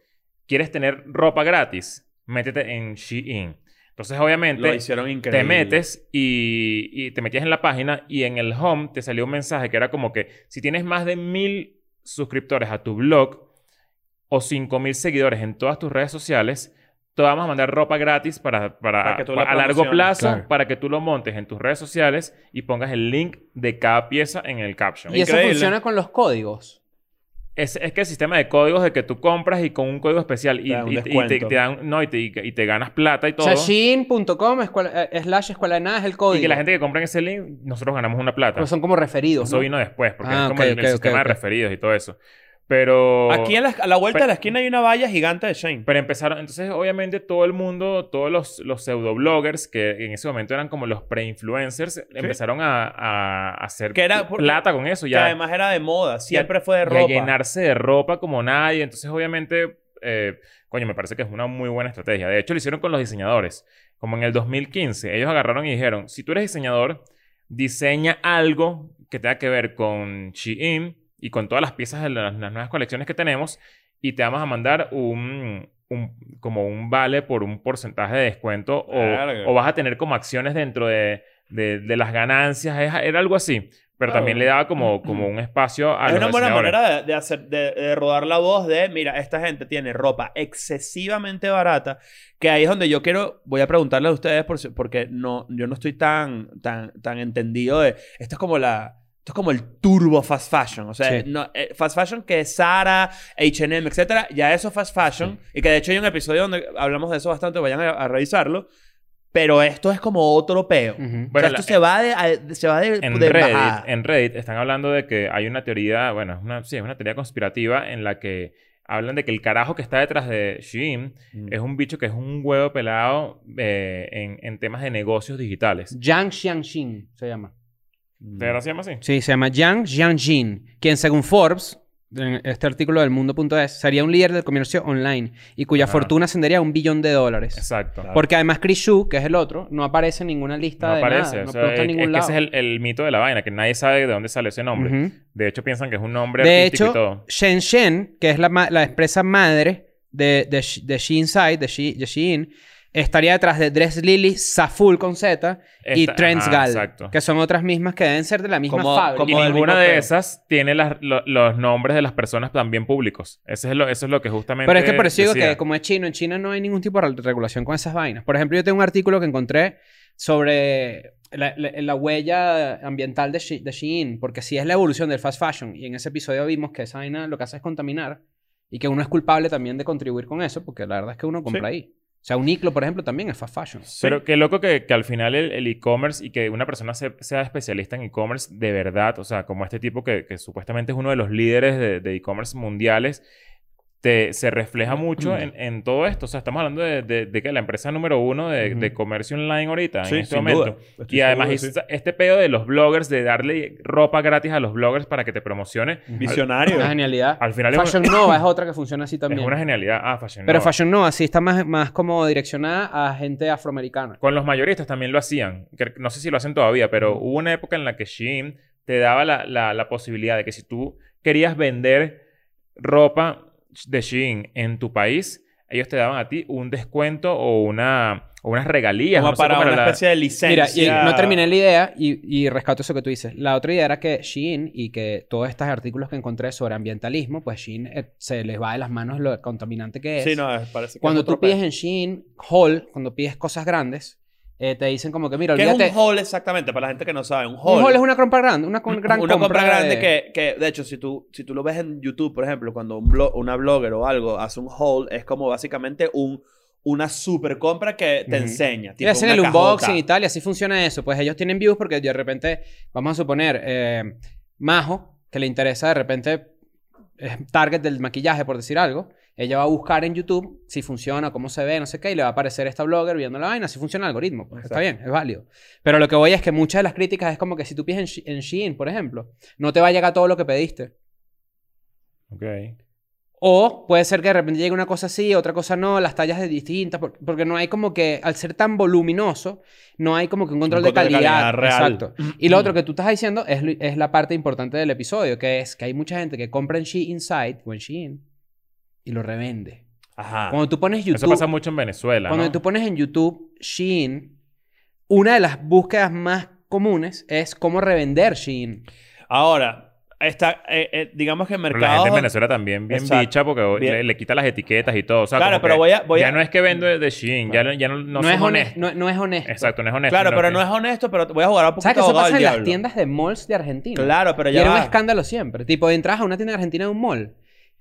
quieres tener ropa gratis, métete en Shein. Entonces,
Lo
obviamente,
hicieron increíble.
te metes y, y te metías en la página y en el home te salió un mensaje que era como que si tienes más de mil suscriptores a tu blog o cinco mil seguidores en todas tus redes sociales, te vamos a mandar ropa gratis para, para,
Para que tú la
para- a largo
promociones.
plazo
Claro.
para que tú lo montes en tus redes sociales y pongas el link de cada pieza en el caption.
Y eso
Increíble.
funciona con los códigos.
Es, es que el sistema de códigos de que tú compras y con un código especial y,
Te dan un
y- y te-
descuento.
te dan- no, y te- y te ganas plata y
O
todo.
sea, shein.com escuela- eh, slash escuela de nada es el código.
y que la gente que compra en ese link, nosotros ganamos una plata.
Pero son como referidos.
Eso
¿no?
vino después, porque
Ah,
es como
ok,
el, el
ok, ok,
sistema de
ok.
referidos y todo eso. Pero.
Aquí en la- a la vuelta
Pero-
de la esquina hay una valla gigante de Shane.
Pero empezaron. Entonces, obviamente, todo el mundo, todos los, los pseudobloggers, que en ese momento eran como los pre-influencers, empezaron a, a hacer
Que era por-
plata con eso.
que
Ya,
además era de moda. Siempre fue
y
de
a
ropa.
llenarse de ropa como nadie. Entonces, obviamente. eh, coño, me parece que es una muy buena estrategia. De hecho, lo hicieron con los diseñadores. Como en el 2015, ellos agarraron y dijeron, si tú eres diseñador, diseña algo que tenga que ver con Shein y con todas las piezas de las, las nuevas colecciones que tenemos y te vamos a mandar un, un- como un vale por un porcentaje de descuento
Verga.
o, o vas a tener como acciones dentro de, de- de las ganancias. Es- Era algo así. Pero
Claro.
también le daba como, como un espacio a
es
los
una buena
diseñadores.
manera de, de hacer, de, de rodar la voz de, mira, esta gente tiene ropa excesivamente barata, que ahí es donde yo quiero, voy a preguntarle a ustedes por si- porque no, yo no estoy tan, tan, tan entendido de, esto es como la... Esto es como el turbo fast fashion. O sea,
Sí.
no- eh, fast fashion que es Zara, HM, etcétera, ya eso es fast fashion. Y que de hecho hay un episodio donde hablamos de eso bastante, vayan a, a revisarlo. Pero esto es como otro peo.
Ujú.
Mm. Bueno,
o sea,
la-
esto se va de, a- se va de,
en
de
Reddit,
bajada.
en Reddit están hablando de que hay una teoría, bueno, es una, sí, es una teoría conspirativa en la que hablan de que el carajo que está detrás de Shein es un bicho que es un huevo pelado eh, en, en temas de negocios digitales.
Yang Xianxin se llama.
Mm.
¿De verdad se llama así?
Sí, se llama Yang Jianjin, quien según Forbes, en este artículo del mundo.es, sería un líder del comercio online y cuya
Ajá.
fortuna ascendería a un billón de dólares.
Exacto.
Porque además Chris Xu, que es el otro, no aparece en ninguna lista
No
de
aparece.
nada.
o
No,
sea,
no está en
es,
ningún
es
lado.
que ese es el, el mito de la vaina, que nadie sabe de dónde sale ese nombre.
Ujú.
De hecho, piensan que es un nombre
De
artístico y
hecho,
todo.
Shenzhen, que es la, ma- la empresa madre de, de, Sh- de Shein Site, de, She- de Shein, Estaría detrás de Dress Lily, Saful con Z y
Esta-
Trent
ajá,
Gal,
exacto.
que son otras mismas que deben ser de la misma
Como-
fábrica.
como
Y
del
ninguna
mismo
de
peo.
esas tiene las- lo- los nombres de las personas también públicos. Ese es lo, eso es lo que justamente.
Pero es que por eso digo
decía.
que como es chino, en China no hay ningún tipo de re- regulación con esas vainas. Por ejemplo, yo tengo un artículo que encontré sobre la, la- la huella ambiental de, Shi- de Shein, porque sí es la evolución del fast fashion. Y en ese episodio vimos que esa vaina lo que hace es contaminar y que uno es culpable también de contribuir con eso, porque la verdad es que uno compra ahí. O sea, un Uniqlo, por ejemplo, también es fast fashion.
Pero qué loco que, que al final el el e-commerce y que una persona se- sea especialista en e-commerce de verdad, o sea, como este tipo que, que supuestamente es uno de los líderes de de e-commerce mundiales, te, se refleja mucho en, en todo esto. O sea, estamos hablando de, de, de que la empresa número uno de, de comercio online ahorita, en este momento. Y además esta- este pedo de los bloggers, de darle ropa gratis a los bloggers para que te promocione,
Visionario.
Una genialidad.
al final es
Fashion Nova es otra que funciona así
es
también.
una genialidad. Ah, Fashion
Pero
Nova.
Fashion Nova sí está más, más como direccionada a gente afroamericana.
Con los mayoristas también lo hacían. Cre- No sé si lo hacen todavía, pero hubo una época en la que Shein te daba la, la- la posibilidad de que si tú querías vender ropa de Shein en tu país, ellos te daban a ti un descuento o una o unas regalías.
Como
no sé
para
cómo
una
era la-
especie de
Mira,
licencia.
y no terminé la idea y, y rescato eso que tú dices. La otra idea era que Shein y que todos estos artículos que encontré sobre ambientalismo, pues Shein eh, se les va de las manos lo contaminante que es.
Sí, no, es- parece que
cuando
es otro
tú pides
peo.
en Shein haul, cuando pides cosas grandes, eh, te dicen como que mira,
¿Qué
olvídate.
es un haul exactamente? Para la gente que no sabe, un
un
haul.
haul es una compra grande, una con- gran
una compra, grande
de-
que, que, de hecho, si tú, si tú lo ves en YouTube, por ejemplo, cuando un blo- una blogger o algo hace un haul, es como básicamente un, una super compra que te
Ujú.
enseña.
Y hacen
una
el
cajota.
unboxing y tal, y así funciona eso. Pues ellos tienen views porque de repente, vamos a suponer, eh, Majo, que le interesa de repente, es target del maquillaje, por decir algo. Ella va a buscar en YouTube si funciona, cómo se ve, no sé qué, y le va a aparecer esta blogger viendo la vaina, si funciona el algoritmo. pues, está bien, es válido. Pero lo que voy es que muchas de las críticas es como que si tú pides en, She- en Shein, por ejemplo, no te va a llegar todo lo que pediste.
Ok.
O puede ser que de repente llegue una cosa así, otra cosa no, las tallas de distintas, por- porque no hay como que, al ser tan voluminoso, no hay como que un control,
control de
de calidad.
calidad real. Mm.
Exacto. Y lo otro que tú estás diciendo es, lo- es la parte importante del episodio, que es que hay mucha gente que compra en Shein Site o en Shein y lo revende.
Ajá.
Cuando tú pones
Eso
YouTube,
pasa mucho en Venezuela.
cuando
¿no?
tú pones en YouTube Shein, una de las búsquedas más comunes es cómo revender Shein.
Ahora, está, eh, eh, digamos que
Pero la gente en
mercados...
Venezuela también bien
Exacto.
bicha porque hoy
Bien.
Le, le quita las etiquetas y todo. O sea,
Claro,
como
pero
que
voy a- voy
ya
a- Mm.
no es que vendo de Shein, ya, no- ya no, no,
No,
son
es honesto.
honestos.
No, no es honesto.
Exacto, no es honesto.
Claro, pero
que-
no es honesto, pero voy a jugar a poco
¿Sabes que eso
abogado
pasa en
del
las
diablo.
tiendas de malls de Argentina?
Claro, pero
Y
ya
era un
va.
escándalo siempre. Tipo, entras a una tienda argentina de un mall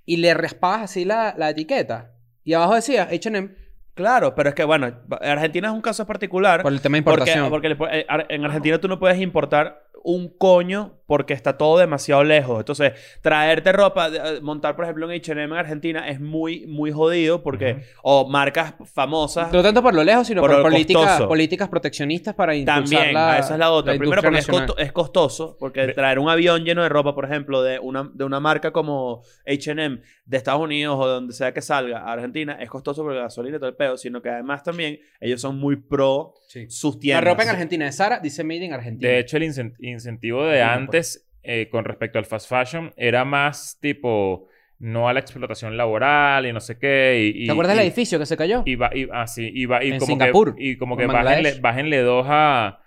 y le raspabas así la, la etiqueta. Y abajo decía H&M
Claro, pero es que, bueno, Argentina es un caso particular.
por el tema de
Porque,
importación.
porque le- eh, ar- en Argentina tú no puedes importar un coño porque está todo demasiado lejos. Entonces, traerte ropa, de- eh, montar, por ejemplo, un H&M en Argentina es muy, muy jodido porque... O marcas famosas...
No tanto por lo lejos, sino
Por
por,
lo
políticas,
costoso.
políticas proteccionistas para impulsar
También,
la
ah, esa es la otra. Primero
industria
porque es,
nacional.
costo- es costoso, porque
De-
traer un avión lleno de ropa, por ejemplo, de una, de una marca como H&M de Estados Unidos o de donde sea que salga a Argentina, es costoso por la gasolina y todo el pedo, sino que además también ellos son muy pro
Sí.
sus
La
tiendas.
ropa en Argentina de Sara dice Made in Argentina.
De hecho, el incen- incentivo de
Argentina,
antes eh, con respecto al fast fashion era más tipo no a la explotación laboral y no sé qué. Y, y-
¿Te acuerdas
y-
del edificio que se cayó?
Y, va- y- ah, sí, y va- y
En
como
Singapur,
que, y como
o
que
en
bájenle,
Bangladesh.
bájenle dos a,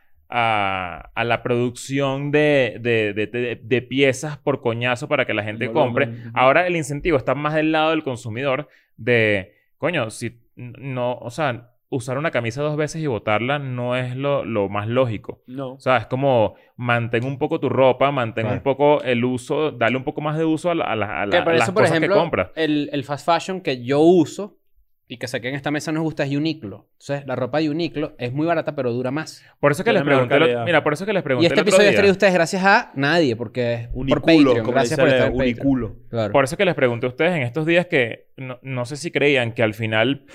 a, a la producción de, de, de- de- de piezas por coñazo para que la gente
Volumen,
compre.
ujú.
Ahora el incentivo está más del lado del consumidor de, coño, si n- no, o sea, usar una camisa dos veces y botarla no es lo, lo más lógico.
No.
O sea, es como mantén un poco tu ropa, mantén
Claro.
un poco el uso, dale un poco más de uso a, la- a la- a la-
Que por
a las
eso, por
cosas que
ejemplo,
compras.
el, el fast fashion que yo uso y que sé que en esta mesa nos gusta es Uniqlo. Entonces, la ropa de Uniqlo es muy barata, pero dura más.
Por eso que les
Tiene mejor
pregunté, lo-
calidad.
mira, por eso que les pregunté
Y este
el otro
episodio es
día.
traído a ustedes gracias a nadie, porque es por Patreon.
como
Gracias
dice
por
Leo,
estar en Patreon.
uniculo.
Claro.
Por eso que les pregunté a ustedes en estos días que no, no sé si creían que al final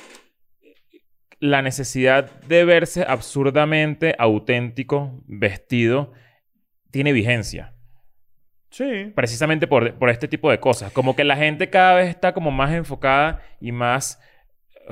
la necesidad de verse absurdamente auténtico, vestido, tiene vigencia.
Sí.
precisamente por, por este tipo de cosas. Como que la gente cada vez está como más enfocada y más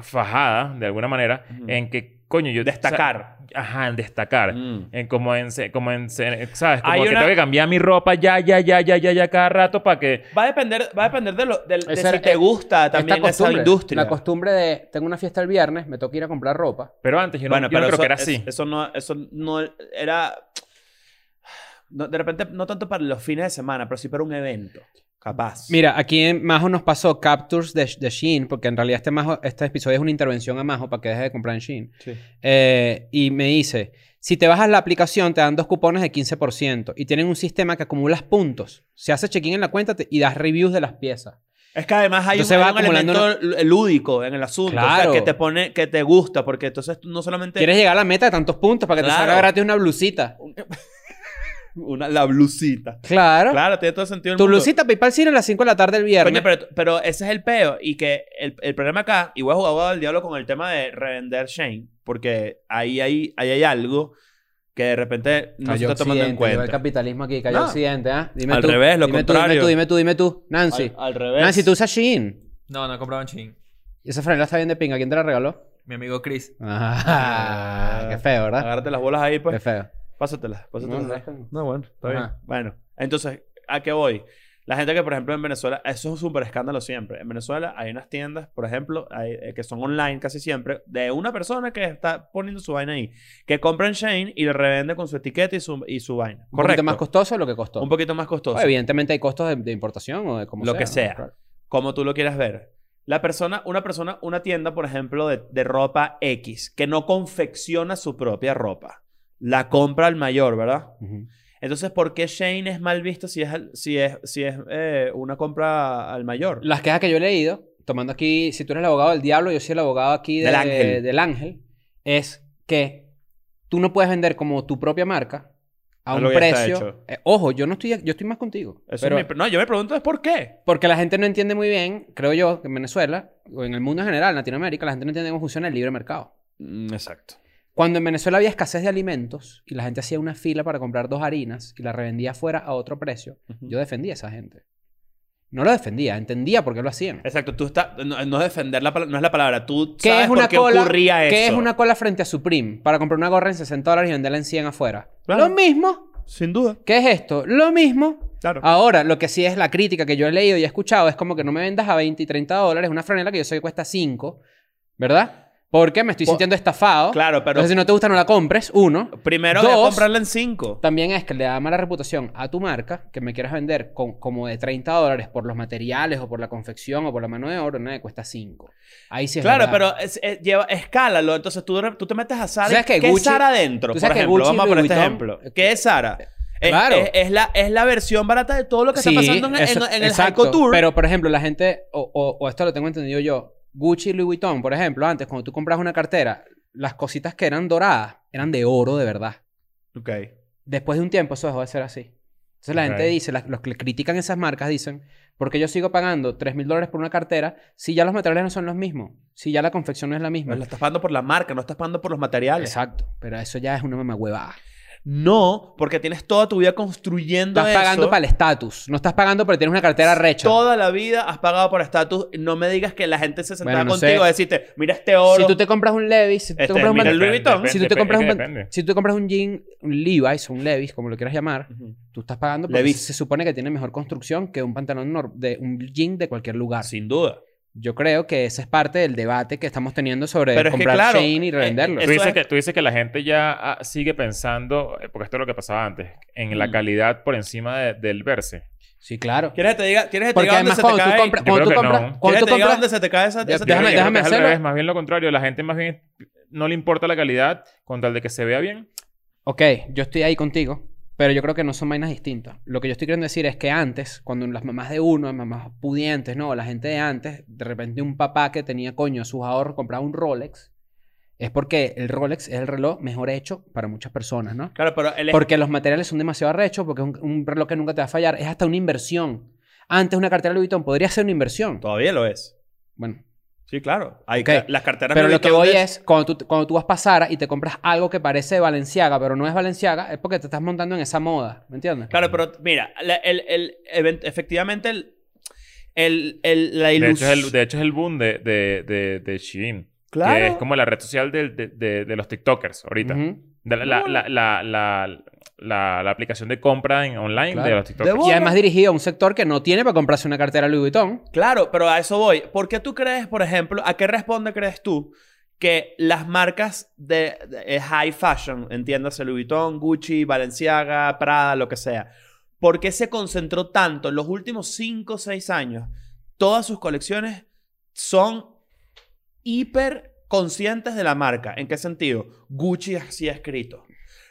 fajada, de alguna manera,
Ujú.
en que, coño, yo...
Destacar.
o sea, ajá, en destacar.
Mm.
En como en, se- como en, se- ¿sabes? Como
Hay
que
una-
tengo que cambiar mi ropa ya, ya, ya, ya, ya, ya, cada rato para que...
Va a depender, va a depender de, lo, del- de
Esa-
si te gusta también esa industria.
La costumbre de tengo una fiesta el viernes, me toca ir a comprar ropa.
Pero antes yo no, yo no creo
eso-
que era
es-
así.
Eso no, eso no era. no, de repente, no tanto para los fines de semana, pero sí para un evento. Capaz.
Mira, aquí en Majo nos pasó captures de, de Shein, porque en realidad este, Majo, este episodio es una intervención a Majo para que deje de comprar en Shein.
Sí.
Eh, y me dice, si te bajas la aplicación te dan dos cupones de 15% y tienen un sistema que acumulas puntos. Se hace check-in en la cuenta te- y das reviews de las piezas.
Es que además hay, un,
Entonces va
hay un
acumulando
elemento l- lúdico en el asunto. O
Claro.
sea, que te pone, que te gusta, porque entonces tú no solamente.
¿Quieres llegar a la meta de tantos puntos para que te
Claro.
salga gratis una blusita?
Una, la blusita.
Claro.
Claro, tiene todo sentido. el
¿Ah? Tu
mundo.
blusita PayPal Cine a las 5 de la tarde el viernes.
Coño, pero, pero ese es el peo. Y que el, el problema acá, y voy a jugar abogado del diablo con el tema de revender Shane, porque ahí hay, ahí hay algo que de repente no se
Cayó
está tomando en
Occidente, llegó
cuenta.
el capitalismo aquí, cayó
No.
Occidente, ¿ah? Dime
Al
tú,
revés, lo
dime
contrario.
Tú, dime tú, dime tú, dime tú.
Al-
Nancy.
Al, revés.
Nancy, tú usas Shein.
No, no compraban chin.
Y esa franela está bien de pinga. ¿Quién te la regaló?
Mi amigo Chris.
Ah, qué feo, ¿verdad?
Agárrate las bolas ahí,
Qué
pues.
feo.
Pásatelas. Pásatelas.
No, no
ahí.
las tengo.
No, bueno, está
Ajá.
bien. Bueno, entonces, ¿a qué voy? La gente que, por ejemplo, en Venezuela, eso es un súper escándalo siempre. En Venezuela hay unas tiendas, por ejemplo, hay- eh, que son online casi siempre, de una persona que está poniendo su vaina ahí, que compra en Shane y le revende con su etiqueta y su, y su vaina.
Un
Correcto.
poquito más costoso de lo que costó.
Un poquito más costoso.
Bueno, evidentemente hay costos de, de importación o de como
Lo
sea,
que
¿no?
sea.
Claro.
como tú lo quieras ver. La persona, una persona, una tienda, por ejemplo, de, de ropa X, que no confecciona su propia ropa. La compra al mayor, ¿verdad?
Ujú.
Entonces, ¿por qué Shane es mal visto si es, al- si es, si es eh, una compra al mayor?
Las quejas que yo he leído, tomando aquí, si tú eres el abogado del diablo, yo soy el abogado aquí de-
Del ángel.
del ángel, es que tú no puedes vender como tu propia marca a
A
un
lo que está
precio.
hecho.
Eh, ojo, yo no estoy, yo estoy más contigo.
Eso es
pero-
mi pre- no, yo me pregunto es por qué.
Porque la gente no entiende muy bien, creo yo, que en Venezuela, o en el mundo en general, en Latinoamérica, la gente no entiende cómo funciona el libre mercado. Mm,
exacto.
Cuando en Venezuela había escasez de alimentos y la gente hacía una fila para comprar dos harinas y la revendía fuera a otro precio, yo defendía a esa gente. No lo defendía, entendía por qué lo hacían.
Exacto, tú estás... No, no es defender la palabra, no es la palabra. Tú
¿Qué
sabes
es una
por qué
cola?
ocurría eso.
¿Qué es una cola frente a Supreme para comprar una gorra en 60 dólares y venderla en 100 afuera?
Claro.
Lo mismo.
Sin duda,
¿Qué es esto? Lo mismo.
claro.
Ahora, lo que sí es la crítica que yo he leído y he escuchado es como que no me vendas a 20 y 30 dólares una franela que yo sé que cuesta 5, ¿verdad? Porque me estoy
Po-
sintiendo estafado.
claro, pero
Entonces, si no te gusta, no la compres. Uno.
primero voy a
Dos.
comprarla en cinco.
También es que le da mala reputación a tu marca que me quieras vender con, como de 30 dólares por los materiales o por la confección o por la mano de obra, nada, cuesta 5. Ahí sí es
Claro,
verdad.
pero es, es- lleva, escálalo. Entonces tú, de rep- tú te metes a Sara.
¿Sabes
y-
que
¿Qué
Gucci-
es Sara adentro?
tú
Por
sabes que
ejemplo,
Gucci y
vamos a poner
Louis
este
Vuitton- Eh,
ejemplo. ¿Qué es Sara? Es,
Claro.
es, es la, es la versión barata de todo lo que está pasando en, en-
eso-
en el
exacto.
Psycho Tour.
Pero, por ejemplo, la gente, o, o- o esto lo tengo entendido yo, Gucci y Louis Vuitton, por ejemplo, antes, cuando tú comprabas una cartera, las cositas que eran doradas eran de oro de verdad.
Ok.
Después de un tiempo, eso dejó de ser así. Entonces la
Ok.
gente dice, las- los que critican esas marcas dicen, porque yo sigo pagando 3 mil dólares por una cartera si ya los materiales no son los mismos, si ya la confección no es la misma.
Pero lo estás pagando por la marca, no estás pagando por los materiales.
Exacto, pero eso ya es una mamahuevada.
No, porque tienes toda tu vida construyendo
Estás
eso.
pagando para el estatus, no estás pagando porque tienes una cartera recha.
Toda la vida has pagado por estatus. No me digas que la gente se sentaba
Bueno, no sé.
contigo a decirte, mira este oro.
Si tú te compras un Levi's, si tú te
Este,
compras un
mira
pantalón-
el Louis Vuitton.
si tú te compras un,
Depende.
si tú te compras un jean, un Levi's o un Levi's, como lo quieras llamar,
Ujú.
tú estás pagando porque
Levi's.
se supone que tiene mejor construcción que un pantalón nor- de un jean de cualquier lugar.
Sin duda.
Yo creo que esa es parte del debate que estamos teniendo sobre
Pero es que,
comprar
claro,
Shein y revenderlo.
eh,
Tú
Eso
dices,
es-
que, tú dices que la gente ya ah, sigue pensando, eh, porque esto es lo que pasaba antes, en la
Mm.
calidad por encima de- del verse.
sí, claro.
¿Quieres que te diga, quieres que te
Porque
diga dónde
además
se te
cuando tú
cae?
Yo
compras, cuando
creo
tú
que
compras,
no.
cuando
¿Quieres
tú
que te diga dónde
compras,
se te cae esa,
Ya-
esa
déjame-
teoría?
Yo creo que es al
hacerlo.
revés, más bien lo contrario. La gente más bien no le importa la calidad con tal de que se vea bien.
ok, yo estoy ahí contigo, pero yo creo que no son vainas distintas. Lo que yo estoy queriendo decir es que antes, cuando las mamás de uno, las mamás pudientes, no, la gente de antes, de repente un papá que tenía coño sus ahorros compraba un Rolex, es porque el Rolex es el reloj mejor hecho para muchas personas, ¿no?
Claro, pero el
Porque los materiales son demasiado arrechos, porque es un, un reloj que nunca te va a fallar, es hasta una inversión. Antes una cartera Louis Vuitton podría ser una inversión.
Todavía lo es.
Bueno,
Sí, claro. Hay
Ok.
ca- las carteras
Pero
Louis
lo que
Vuitton
voy
de-
es, cuando tú, cuando tú vas a pasar y te compras algo que parece Valenciaga, pero no es Valenciaga, es porque te estás montando en esa moda, ¿me entiendes?
Claro, pero mira, la- el, el- event- efectivamente el- el, el- la
De hecho,
ilusión.
es el, de hecho, es el boom de, de, de, de Shein.
Claro.
Que es como la red social del- de, de- de los TikTokers ahorita.
Ujú.
De la, la, la, la, la- la- la aplicación de compra en online de
Claro.
los TikTokers.
De
Y
bola.
además dirigido a un sector que no tiene para comprarse una cartera Louis Vuitton.
Claro, pero a eso voy. ¿Por qué tú crees, por ejemplo, a qué responde crees tú que las marcas de, de- eh, high fashion, entiéndase Louis Vuitton, Gucci, Balenciaga, Prada, lo que sea, por qué se concentró tanto en los últimos 5 o 6 años? Todas sus colecciones son hiper conscientes de la marca. ¿En qué sentido? Gucci así escrito.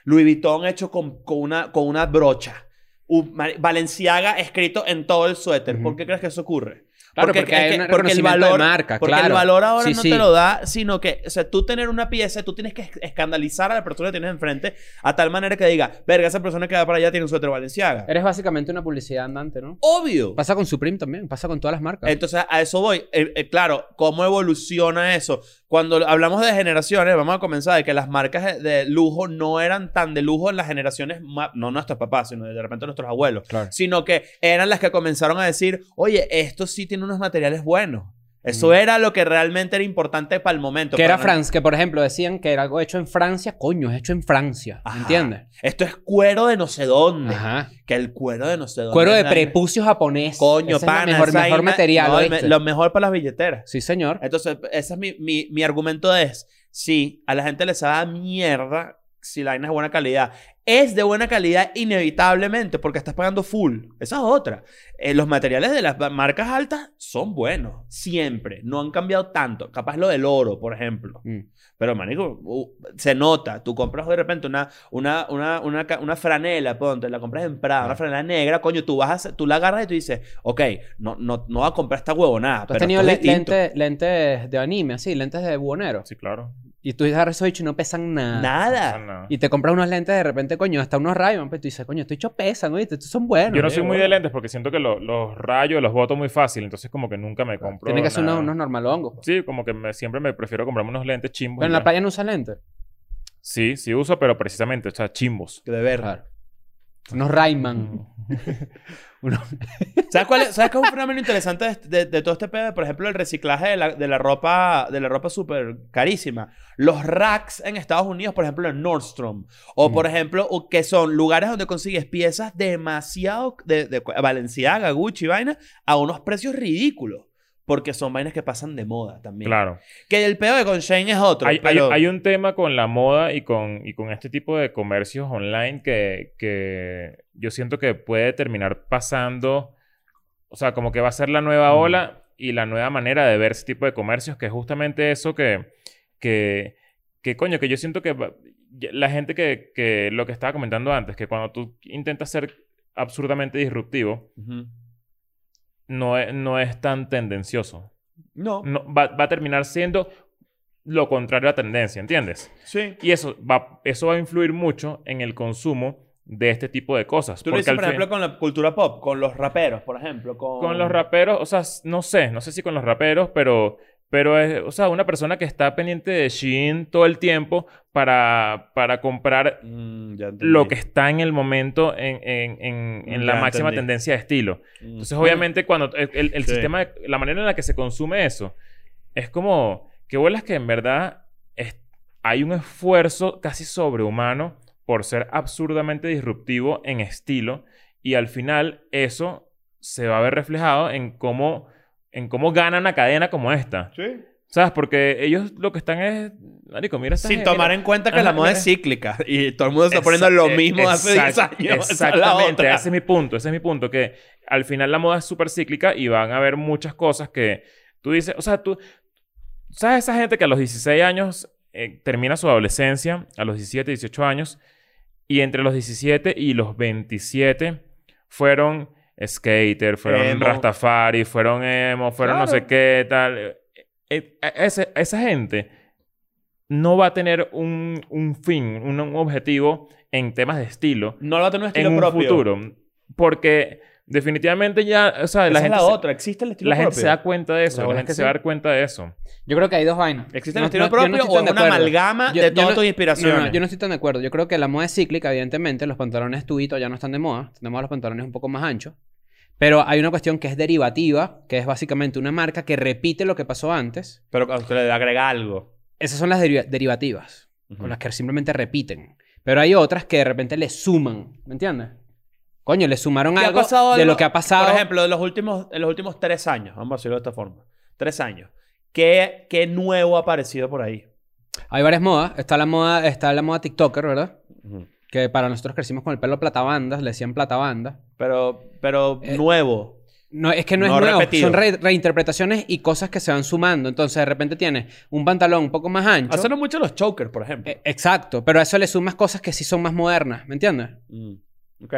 Louis Vuitton hecho con, con una, con una brocha. U- Mar- Balenciaga escrito en todo el suéter. ¿Por qué crees que eso ocurre?
Claro,
Porque-
porque
es
hay
que-
un
porque el
reconocimiento de
valor-
marca,
Porque el
claro.
valor ahora
Sí,
no
sí.
te lo da, sino que, o sea, tú tener una pieza, tú tienes que es- escandalizar a la persona que tienes enfrente a tal manera que diga, verga, esa persona que va para allá tiene un suéter Balenciaga.
Eres básicamente una publicidad andante, ¿no?
Obvio.
Eh, Pasa con Supreme también, pasa con todas las marcas.
Entonces, a eso voy. Eh, eh, claro, ¿cómo evoluciona eso? Cuando hablamos de generaciones, vamos a comenzar de que las marcas de, de lujo no eran tan de lujo en las generaciones, ma- no nuestros papás, sino de repente nuestros abuelos,
Claro.
sino que eran las que comenzaron a decir, oye, esto sí tiene unos materiales buenos. Eso era lo que realmente era importante para el momento.
que
pero
era
no-
Francia, que por ejemplo decían que era algo hecho en Francia, coño, es hecho en Francia,
Ajá.
¿entiendes?
Esto es cuero de no sé dónde.
Ajá.
Que el cuero de no sé dónde.
Cuero de
era-
prepucio japonés.
Coño,
Ese es el
pana.
mejor,
esa
mejor
vaina-
material.
no, el me-
¿oíste?
lo Eh, mejor para las billeteras.
Sí, señor.
Entonces, ese es mi, mi, mi argumento es, sí, a la gente le sabe a mierda si la vaina es de buena calidad. Es de buena calidad inevitablemente porque estás pagando full. Esa es otra. Eh, los materiales de las ba- marcas altas son buenos. Siempre. No han cambiado tanto. Capaz lo del oro, por ejemplo.
Mm.
Pero, manico, u- se nota. Tú compras de repente una, una, una, una, ca- una franela, ponte, la compras en Prada, una franela negra, coño, tú, vas a, hacer- tú la agarras y tú dices, ok, no, no, no voy a comprar esta huevonada.
Tú
Pero
has tenido
esto es
le-
distinto".
lente- lentes de anime, así, lentes de buhonero.
Sí, claro.
Y tú dices, eso y no pesan nada.
No pasa
Nada.
nada.
Ah, Y te compras unos lentes de repente, coño, hasta unos rayos. Pues tú dices, coño, estos hechos pesan, oíste, estos son buenos.
Yo no soy muy de lentes porque siento que lo- los rayos los boto muy fácil, entonces como que nunca me compro.
Tienen que ser unos,
nada.
unos normalongos. pues.
Sí, como que me- siempre me prefiero comprarme unos lentes chimbos.
Pero
y
en la
ya.
playa no usas lentes.
Sí, sí uso, pero precisamente, o sea, chimbos.
De ver.
Claro. Unos Rayman. Unos-
¿Sabes cuál es, ¿sabes qué es un fenómeno interesante de, de- de todo este pedo? Por ejemplo, el reciclaje de la, de la ropa de la ropa súper carísima. Los racks en Estados Unidos, por ejemplo, en Nordstrom. O,
Mm.
por ejemplo, o que son lugares donde consigues piezas demasiado de, de Valenciaga, Gucci, vaina, a unos precios ridículos. Porque son vainas que pasan de moda también.
Claro.
Que el pedo de Conshain es otro.
Hay, hay-
pero-
hay un tema con la moda y con, y con este tipo de comercios online que, que yo siento que puede terminar pasando, o sea, como que va a ser la nueva ola y la nueva manera de ver ese tipo de comercios, que es justamente eso que, que, que coño, que yo siento que va- ya- la gente que, que lo que estaba comentando antes, que cuando tú intentas ser absurdamente disruptivo,
Ujú.
no es, no es tan tendencioso.
No,
No, va, va a terminar siendo lo contrario a la tendencia, ¿entiendes?
sí.
Y eso va, eso va a influir mucho en el consumo de este tipo de cosas.
Tú lo dices,
al
por
fin-
ejemplo, con la cultura pop, con los raperos, por ejemplo. Con,
con los raperos, o sea, s- no sé, no sé si con los raperos, pero, pero es, o sea, una persona que está pendiente de Shein todo el tiempo para, para comprar
Mm, ya entendí.
lo que está en el momento en, en- en- en la
Ya
máxima
entendí.
tendencia de estilo.
Mm.
Entonces, obviamente, cuando el, el- el
Sí.
sistema, de- la manera en la que se consume eso, es como que vuelas que en verdad es- hay un esfuerzo casi sobrehumano por ser absurdamente disruptivo en estilo y al final eso se va a ver reflejado en cómo, en cómo gana una cadena como esta.
Sí.
¿Sabes? Porque ellos lo que están es... Marico, mira esta
Sin
gente,
tomar
mira.
en cuenta que
Ajá,
la moda
mira.
es cíclica y todo el mundo está poniendo
Exa-
lo
e-
mismo de hace 10
exact-
años. esa es la
Exactamente,
otra.
ese es mi punto, ese es mi punto, que al final la moda es súper cíclica y van a haber muchas cosas que tú dices, o sea, tú, ¿sabes esa gente que a los 16 años eh, termina su adolescencia, a los 17, 18 años, y entre los 17 y los 27 fueron skater, fueron
Emo.
rastafari, fueron emo, fueron no sé
Claro.
qué, tal. Eh, eh, ese- esa gente no va a tener un, un fin, un, un objetivo en temas de estilo,
No lo tiene un estilo
en un
propio.
futuro. Porque definitivamente ya, o sea,
Esa
la,
es
gente,
la
se-
otra. Existe el estilo
la
propio.
gente se da cuenta de
La
eso. La,
verdad
gente
es que
se va a
sí.
dar cuenta de eso.
Yo creo que hay dos vainas.
¿Existe el
No-
estilo
no- yo
propio
no estoy
o
tan
es
de
una
acuerdo.
amalgama
Yo-
de
yo
todas
no-
tus inspiraciones?
No, no, yo no estoy tan de acuerdo. Yo creo que la moda es cíclica, evidentemente. Los pantalones tubitos ya no están de moda. Están de moda los pantalones un poco más anchos. Pero hay una cuestión que es derivativa, que es básicamente una marca que repite lo que pasó antes.
Pero cuando se le agrega algo.
Esas son las deriva- derivativas,
Ujú.
o las que simplemente repiten. Pero hay otras que de repente le suman, ¿me entiendes? Coño, le sumaron
¿Qué ha
algo
pasado
de
algo-
lo que ha pasado.
Por ejemplo, en los, últimos, en los últimos tres años, vamos a decirlo de esta forma. Tres años. ¿Qué, qué nuevo ha aparecido por ahí?
Hay varias modas. Está la moda, está la moda TikToker, ¿verdad?
Ujú.
Que para nosotros crecimos con el pelo platabandas, le decían platabanda.
Pero, pero
Eh,
nuevo.
No, es que no,
No
es nuevo.
repetido.
Son re- reinterpretaciones y cosas que se van sumando. Entonces, de repente tienes un pantalón un poco más ancho.
Hacerlo mucho los chokers, por ejemplo.
Eh, exacto. Pero a eso le sumas cosas que sí son más modernas, ¿me entiendes?
Mm. Ok.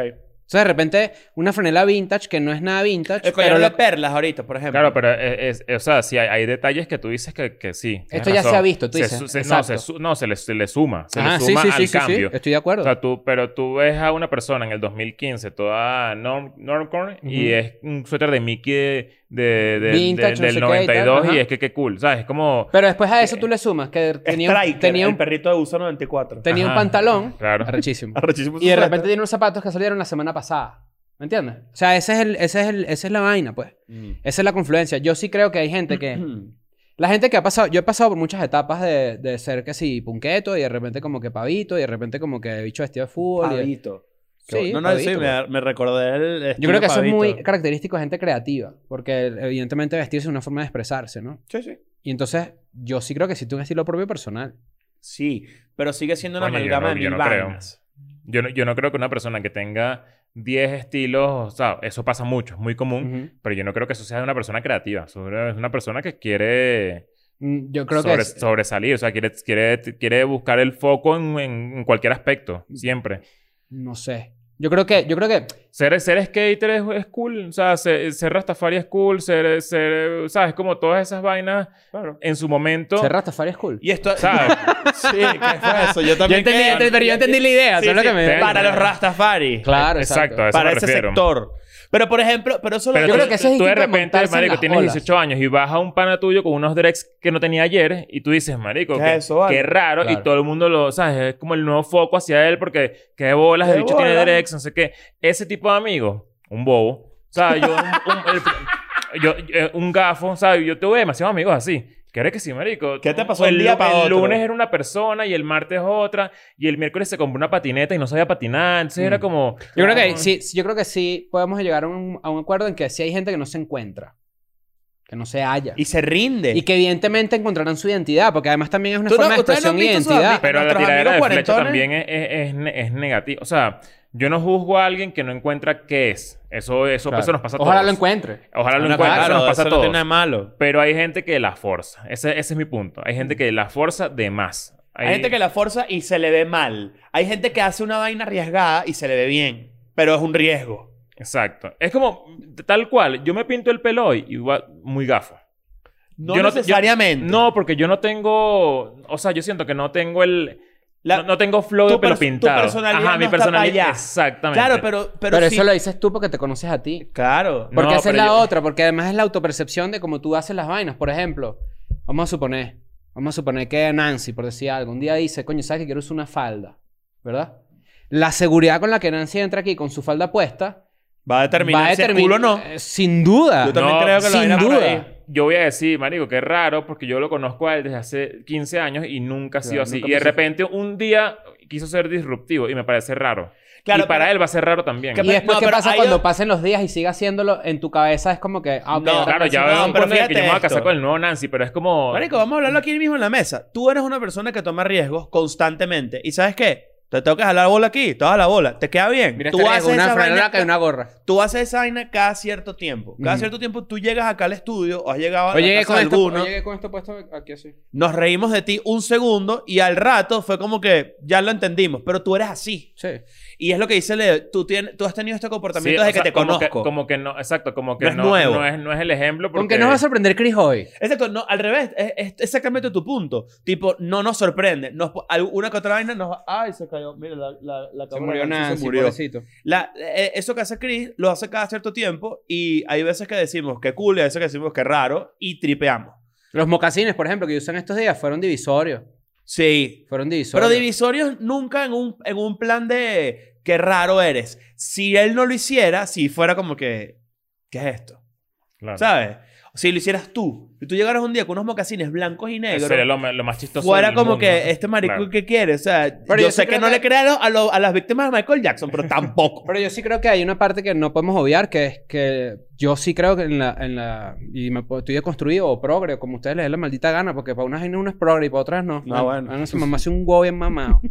Entonces, de repente, una franela vintage que no es nada vintage,
El collar
pero
de
lo-
perlas ahorita, por ejemplo.
Claro, pero e, es, es- o sea, sí hay, hay detalles que tú dices que, que sí. tienes
Esto ya se ha visto, tú
Se
dices,
su- se- no,
exacto.
se, su- no, se le, se le suma. Se
Ah,
le suma al cambio.
Estoy de acuerdo.
O sea, tú, pero tú ves a una persona en el 2015 toda norm, normcore y
Ujú.
es un suéter de Mickey de, de- de-
Vintage,
del-
no sé qué
del
y tal,
92 y,
ajá.
es que qué cool, ¿sabes? Es como...
Pero después a eso tú le sumas que tenía, un-
Striker,
tenía
el
un,
perrito de uso 94.
tenía un
Ajá.
pantalón.
Claro.
Arrechísimo.
Arrechísimo
Y de
sujeto.
repente tiene unos zapatos que salieron la semana pasada. ¿Me entiendes? O sea, ese es el, ese es el, esa es la vaina, pues.
Mm.
Esa es la confluencia. Yo sí creo que hay gente que... La gente que ha pasado... Yo he pasado por muchas etapas de, de ser que sí, punqueto y de repente como que pavito y de repente como que bicho vestido de fútbol. y-
Pavito. Qué
Sí,
bueno. no, no,
pavito,
sí,
pues.
me, me recordé el.
Yo
estilo
creo que eso es
pavito.
muy característico de gente creativa. Porque evidentemente vestirse es una forma de expresarse, ¿no?
Sí, sí.
Y entonces yo sí creo que existe un estilo propio personal.
Sí, pero sigue siendo una
Coño, yo
amalgama
no-
de
yo
mil
no creo.
vainas.
Yo no, yo no creo que una persona que tenga 10 estilos, o sea, eso pasa mucho, es muy común,
Ujú.
pero yo no creo que eso sea de una persona creativa, eso es una persona que quiere
Mm, Yo creo que...
sobre-
es-
sobresalir, o sea, quiere, quiere, quiere buscar el foco en, en cualquier aspecto, siempre.
No sé. Yo creo que... Yo creo que...
Ser, ser skater es, es cool, o sea, ser, ser Rastafari es cool, ser, ser, ¿sabes? Como todas esas vainas
Claro.
en su momento,
Ser Rastafari es cool.
Y esto.
¿sabes?
sí, ¿qué fue eso? Yo también.
Yo entendí,
creo.
pero yo entendí la idea,
Sí,
solo
sí,
que me-
Para los Rastafari.
Claro,
exacto, a eso
Para
me
ese
refiero.
sector. Pero por ejemplo, pero eso lo-
Pero
Yo
tú,
creo que ese es
tú de
distinto de
repente,
montarse en
marico,
las
tienes
olas.
18 años y vas a un pana tuyo con unos dreads que no tenía ayer y tú dices, marico,
¿Qué
qué,
es eso, vale?
qué raro.
Claro.
Y todo el mundo lo, ¿sabes? Es como el nuevo foco hacia él porque qué bolas,
¿Qué
el bicho tiene
bolas?
dreads, no sé qué. Ese tipo de amigo, un bobo. O sea, yo... Un, un- el- yo- yo- un gafo, ¿sabes? Yo tuve demasiados amigos así. ¿Qué eres que sí, marico?
¿Qué te pasó
el
un día
lu-
pa'
El
otro?
lunes era una persona y el martes otra. Y el miércoles se compró una patineta y no sabía patinar. Entonces era como...
Mm.
"Ah,
Yo creo
Claro.
que sí, sí, yo creo que sí podemos llegar a un, a un acuerdo en que sí hay gente que no se encuentra, que no se halla
Y se rinde.
y que evidentemente encontrarán su identidad, porque además también es una
¿Tú no-
forma de
ustedes no
expresión
han
de
visto sus
identidad.
ami-
Pero la
nuestros
tiradera de
amigos
flecha
cuarentones-
también es, es, es ne- es negativa. O sea, yo no juzgo a alguien que no encuentra qué es. Eso, eso, eso nos pasa a todos.
Ojalá lo encuentre.
Ojalá lo
Bueno,
encuentre. eso
claro,
nos pasa
eso
a
no
todos.
tiene nada de malo.
Pero hay gente que la forza. Ese, ese es mi punto. Hay gente que la forza de más.
Hay gente que la forza y se le ve mal. Hay gente que hace una vaina arriesgada y se le ve bien. Pero es un riesgo.
Exacto. Es como tal cual. Yo me pinto el pelo hoy igual muy gafo.
No
Yo no- yo-
necesariamente.
No, porque yo no tengo... O sea, yo siento que no tengo el...
La-
no, no tengo flow de
tu
pelo
perso- tu
pintado.
personalidad
Ajá,
no
mi
está pa'
personalidad.
allá.
Exactamente.
Claro, pero, pero,
Pero
sí-
eso lo dices tú porque te conoces a ti.
Claro.
No,
Porque esa es
pero
la
yo-
otra, porque además es la autopercepción de cómo tú haces las vainas. Por ejemplo, vamos a suponer, vamos a suponer que Nancy, por decir algo, un día dice, coño, ¿sabes que quiero usar una falda? ¿Verdad? La seguridad con la que Nancy entra aquí con su falda puesta
Va a determinar
va a
si es
determinar... eh,
culo o no.
sin duda.
Yo también creo que lo
sin
vaina por
duda.
ahí.
Yo voy a decir, marico, qué raro, porque yo lo conozco a él desde hace 15 años y nunca ha sido
Claro,
así.
nunca
Y de
pasó.
repente un día quiso ser disruptivo y me parece raro.
Claro,
y para
pero-
él va a ser raro también.
Que-
Y después,
No,
¿qué
pero
pasa
hay
cuando
o-
pasen los días y siga haciéndolo en tu cabeza? Es como que... ah, ok,
No,
ahora
Claro,
Nancy
ya
no.
veo
no,
un
pero
punto en el que yo
fíjate
me voy a casar
esto.
con el nuevo Nancy, pero es como...
Marico, vamos a hablarlo aquí mismo en la mesa. Tú eres una persona que toma riesgos constantemente. ¿Y sabes qué? Te tengo que jalar bola aquí, te vas la bola. ¿Te queda bien?
Mira,
tú,
este le
haces
llegó una
esa
franela
vaina,
que hay una gorra.
tú haces esa vaina cada cierto tiempo. Cada
Ujú.
cierto tiempo tú llegas acá al estudio o has llegado a
Hoy
la
llegué,
casa
con
de
esto,
alguno.
hoy llegué con esto puesto aquí así.
Nos reímos de ti un segundo y al rato fue como que ya lo entendimos. Pero tú eres así.
Sí.
Y es lo que dice Leo. Tú, tienes, tú has tenido este
Sí,
comportamiento
o
desde
sea,
que te
como
conozco.
como que no, exacto, como que
No
no,
es nuevo.
no es, no es el ejemplo porque...
¿Con qué nos va a sorprender Chris hoy?
Exacto, no, al revés, es, es exactamente tu punto. Tipo, no nos sorprende. Nos, po- alguna que otra vaina nos. Ay, se cayó. Mira, la, la, la cámara de Nancy se murió. La- eh, eso que hace Chris lo hace cada cierto tiempo y hay veces que decimos que cool y hay veces que decimos que raro y tripeamos.
Los mocasines, por ejemplo, que usan estos días fueron divisorios.
Sí.
Fueron
Pero
divisorios.
divisorios nunca en un, en un plan de qué raro eres. Si él no lo hiciera, si fuera como que. ¿Qué es esto?
Claro.
¿Sabes? Si lo hicieras tú, si tú llegaras un día con unos mocasines blancos y negros,
Sería lo, ma- lo más chistoso.
fuera
del
como
mundo.
que este maricón
Claro.
que quiere. O sea,
Pero
yo,
yo sí
sé que
creo
no
que-
le crearon a, lo- a las víctimas de Michael Jackson, pero tampoco.
Pero yo sí creo que hay una parte que no podemos obviar, que es que yo sí creo que en la... En la y me po- estoy deconstruido o progre, o como ustedes les dé la maldita gana, porque para unas vainas uno es progre y para otras no.
No, bueno.
A su mamá hace un huevo bien mamado.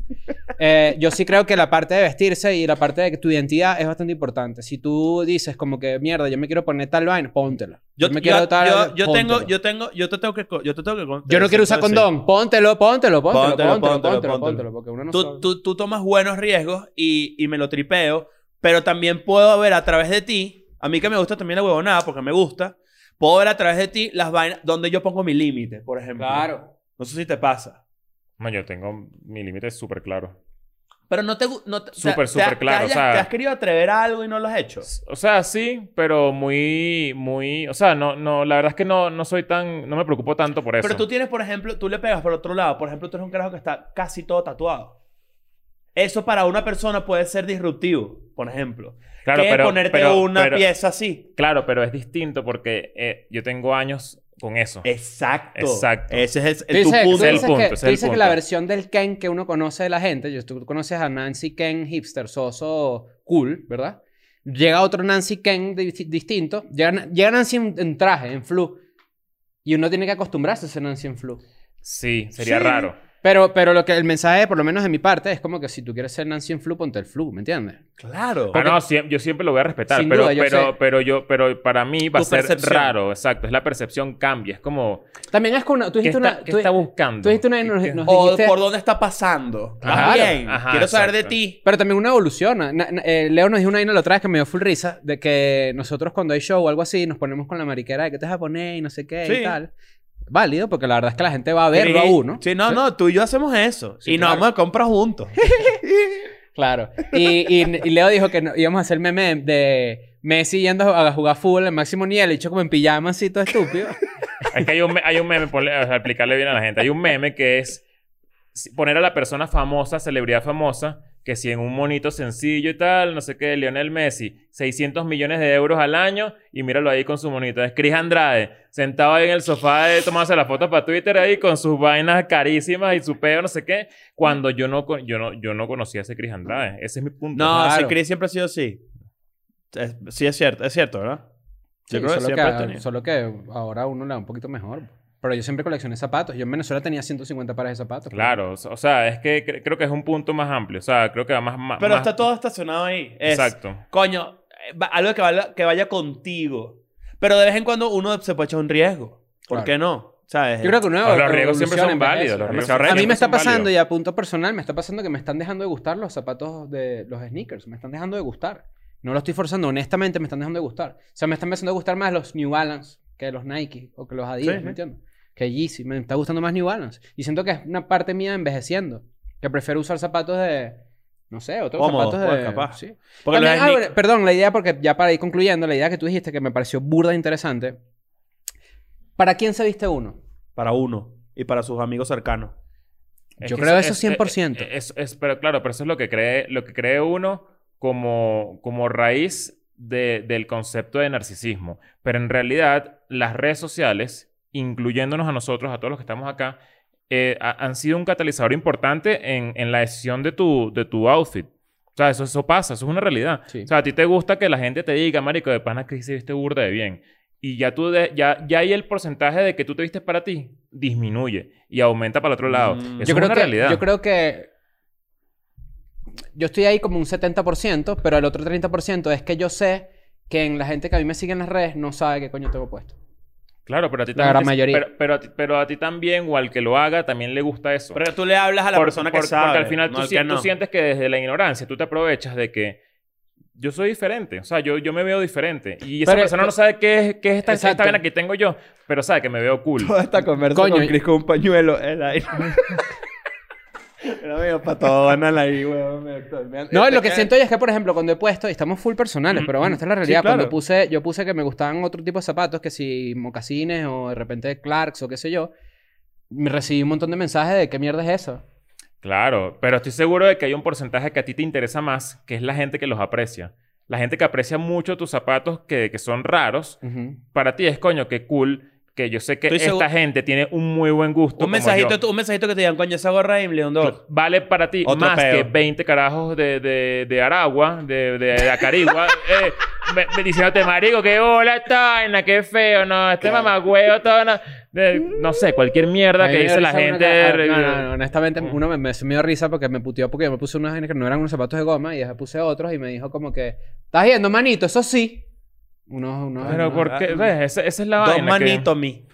Eh, yo sí creo que la parte de vestirse y la parte de tu identidad es bastante importante. Si tú dices como que, mierda, yo me quiero poner tal vaina, póntelo.
Yo,
me
yo,
quiero tal-
yo, yo tengo,
póntelo.
yo tengo, yo te tengo que, co- yo te tengo que con-
Yo no quiero usar
decir-
condón. Póntelo, póntelo, póntelo,
Póntelo,
póntelo, póntelo,
póntelo,
póntelo,
póntelo.
porque uno no
Tú,
sabe.
tú, tú tomas buenos riesgos y, y me lo tripeo, pero también puedo ver a través de ti, a mí que me gusta también la huevonada porque me gusta, puedo ver a través de ti las vainas donde yo pongo mi límite, por ejemplo.
Claro.
No sé si te pasa.
No, yo tengo mi límite súper claro.
Pero no te... gu- No te- o sea,
Súper,
te
súper
has- te
claro,
hayas-
o sea-
¿Te has querido atrever a algo y no lo has hecho?
O sea, sí, pero muy, muy... O sea, no, no, la verdad es que no, no soy tan... No me preocupo tanto por eso.
Pero tú tienes, por ejemplo, tú le pegas por otro lado. Por ejemplo, tú eres un carajo que está casi todo tatuado. Eso para una persona puede ser disruptivo, por ejemplo.
claro,
que ponerte una
pero-
pieza así.
Claro, pero es distinto porque eh, yo tengo años con eso.
Eh,
Exacto.
Exacto.
Ese es el,
Tú
tu
dices, tú
es
punto.
el
dices
punto,
que,
ese es
tú
el
dices que
punto.
la versión del Ken que uno conoce de la gente, yo- tú conoces a Nancy Ken hipster, soso, cool, ¿verdad? Llega otro Nancy Ken di- distinto, llega, Na- llega Nancy en, en traje, en flu, y uno tiene que acostumbrarse a ser Nancy en flu.
Sí, sería
Sí.
raro. Ah,
Pero, pero lo que el mensaje, por lo menos de mi parte, es como que si tú quieres ser Nancy en flu, ponte el flu, ¿me entiendes?
Claro.
Ah, no, sie- yo siempre lo voy a respetar,
Sin
pero,
duda, yo
pero,
sé.
pero yo, pero para mí va a
Tu
ser
percepción.
raro, exacto. Es la percepción cambia, es como
También es con una... Tú
¿qué
dijiste
está,
una...
qué
tú-
está buscando?
tú dijiste una-
¿Qué-
nos-
qué-
nos-
O
dijiste-
por dónde está pasando. Más
Claro.
bien.
Ajá,
Quiero saber de
exacto.
ti.
Pero también uno evoluciona. Na- na- eh, Leo nos dijo una vaina la otra vez que me dio full risa, de que nosotros cuando hay show o algo así, nos ponemos con la mariquera de que te vas a poner y no sé qué
Sí.
y tal. Válido, porque la verdad es que la gente va a verlo a
Sí.
uno.
Sí, no, no. Tú y yo hacemos eso.
Sí,
y nos
claro.
vamos a comprar juntos.
Claro. Y, y- y Leo dijo que no- íbamos a hacer meme de Messi yendo a jugar fútbol en máximo nivel, hecho como en pijama así, todo estúpido.
Es que hay un, me- hay un meme, ponle- o sea, explicarle bien a la gente. Hay un meme que es si- poner a la persona famosa, celebridad famosa, que si en un monito sencillo y tal, no sé qué, Lionel Messi, 600 millones de euros al año, y míralo ahí con su monito. Es Chris Andrade, sentado ahí en el sofá de tomarse las fotos para Twitter ahí con sus vainas carísimas y su peo, no sé qué, cuando yo no, con- yo no, yo no conocía a ese Chris Andrade. Ese es mi punto.
No,
Claro.
si Chris siempre ha sido así. Es- sí, es cierto. Es cierto, ¿verdad? Yo
Sí,
creo que
solo,
siempre has
que,
tenido.
solo que ahora uno le da un poquito mejor. Pero yo siempre coleccioné zapatos. Yo en Venezuela tenía 150 pares de zapatos.
Claro, o sea, es que cre- creo que es un punto más amplio. O sea, creo que va más... más-
Pero
más-
está todo estacionado ahí. Es,
Exacto.
Coño, eh, va- algo que vaya, que vaya contigo. Pero de vez en cuando uno se puede echar un riesgo. ¿Por
Claro.
qué no? ¿Sabes?
Yo creo que uno
Pero los riesgos siempre son
evoluciona en vez de
válidos.
eso.
los riesgos
Demasiado
siempre
A mí me
son
está pasando,
válidos.
y a punto personal, me está pasando que me están dejando de gustar los zapatos de los sneakers. Me están dejando de gustar. No lo estoy forzando, honestamente me están dejando de gustar. O sea, me están empezando a gustar más los New Balance que los Nike o que los Adidas,
Sí, sí.
¿me entiendes? Que Yeezy. Me está gustando más New Balance. Y siento que es una parte mía envejeciendo. Que prefiero usar zapatos de... No sé, otros
Cómodos,
zapatos
pues,
de...
capaz.
sí.
Porque los
También- ah,
sneak-
bueno, perdón, la idea, porque ya para ir concluyendo, la idea que tú dijiste que me pareció burda e interesante. ¿Para quién se viste uno?
Para uno. Y para sus amigos cercanos.
Es
Yo
que
creo eso
es- eh,
100%.
Es, es- es- pero claro, pero eso es lo que cree, lo que cree uno como, como raíz de- del concepto de narcisismo. Pero en realidad, las redes sociales, incluyéndonos a nosotros, a todos los que estamos acá, eh, ha- han sido un catalizador importante en, en la decisión de tu, de tu outfit. O sea, eso, eso pasa, eso es una realidad.
Sí.
O sea, a ti te gusta que la gente te diga, marico, de pana que hiciste burda de bien. Y ya tú, de- ya, ya ahí el porcentaje de que tú te vistes para ti disminuye y aumenta para el otro lado.
Mm.
Eso
Yo
es
yo creo
una
que,
realidad.
Yo creo que. Yo estoy ahí como un 70%, pero el otro 30% es que yo sé que en la gente que a mí me sigue en las redes no sabe qué coño tengo puesto.
Claro, pero a ti
La
también.
gran
te-
mayoría.
Pero, pero a ti, pero a ti también, o al que lo haga, también le gusta eso.
Pero tú le hablas a la
Por-
persona que
por-
sabe.
Porque al final
no
tú,
al
si-
que
tú
no.
sientes que desde la ignorancia tú te aprovechas de que yo soy diferente. O sea, yo, yo me veo diferente. Y esa
Pero-
persona no sabe qué es, qué es esta, esta
Exacto.
vena que tengo yo, pero sabe que me veo cool.
Toda esta conversación
Coño,
con
y-
Chris con un pañuelo. eh, El aire. Era medio patodona la ahí, weón. me- me-
No,
me-
lo este que siento yo es que, por ejemplo, cuando he puesto, y estamos full personales, pero
Mm-hmm.
bueno, esta es la realidad.
claro.
Cuando puse, yo puse que me gustaban otro tipo de zapatos, que si mocasines o de repente Clarks o qué sé yo, me recibí un montón de mensajes de qué mierda es eso.
Claro, pero estoy seguro de que hay un porcentaje que a ti te interesa más, que es la gente que los aprecia. la gente que aprecia mucho tus zapatos que, que son raros, para ti es coño, qué cool, que yo sé que
Estoy
esta
seguro-
gente tiene un muy buen gusto.
Un
como
mensajito,
yo.
tú- un mensajito que te digan, coño, esa gorra de León 2.
Vale para ti
Otro
más
peo.
que 20 carajos de, de, de Aragua, de, de, de Acarigua, eh, me, me diciéndote, marico, qué bola está, en la qué feo, no, este mamagüeo, todo, no, de- no sé, cualquier mierda
A mí
que
me
dice
dio
la
risa una
gente.
que-
re-
ah, no, no, honestamente, uno me, me dio risa porque me puteó porque yo me puse unas vainas que no eran unos zapatos de goma y después puse otros y me dijo como que... ¿Estás yendo, manito? Eso sí. Unos... unos
Pero
unos-
porque, ves, esa, esa es la
Dos
vaina. que-
manitos mi.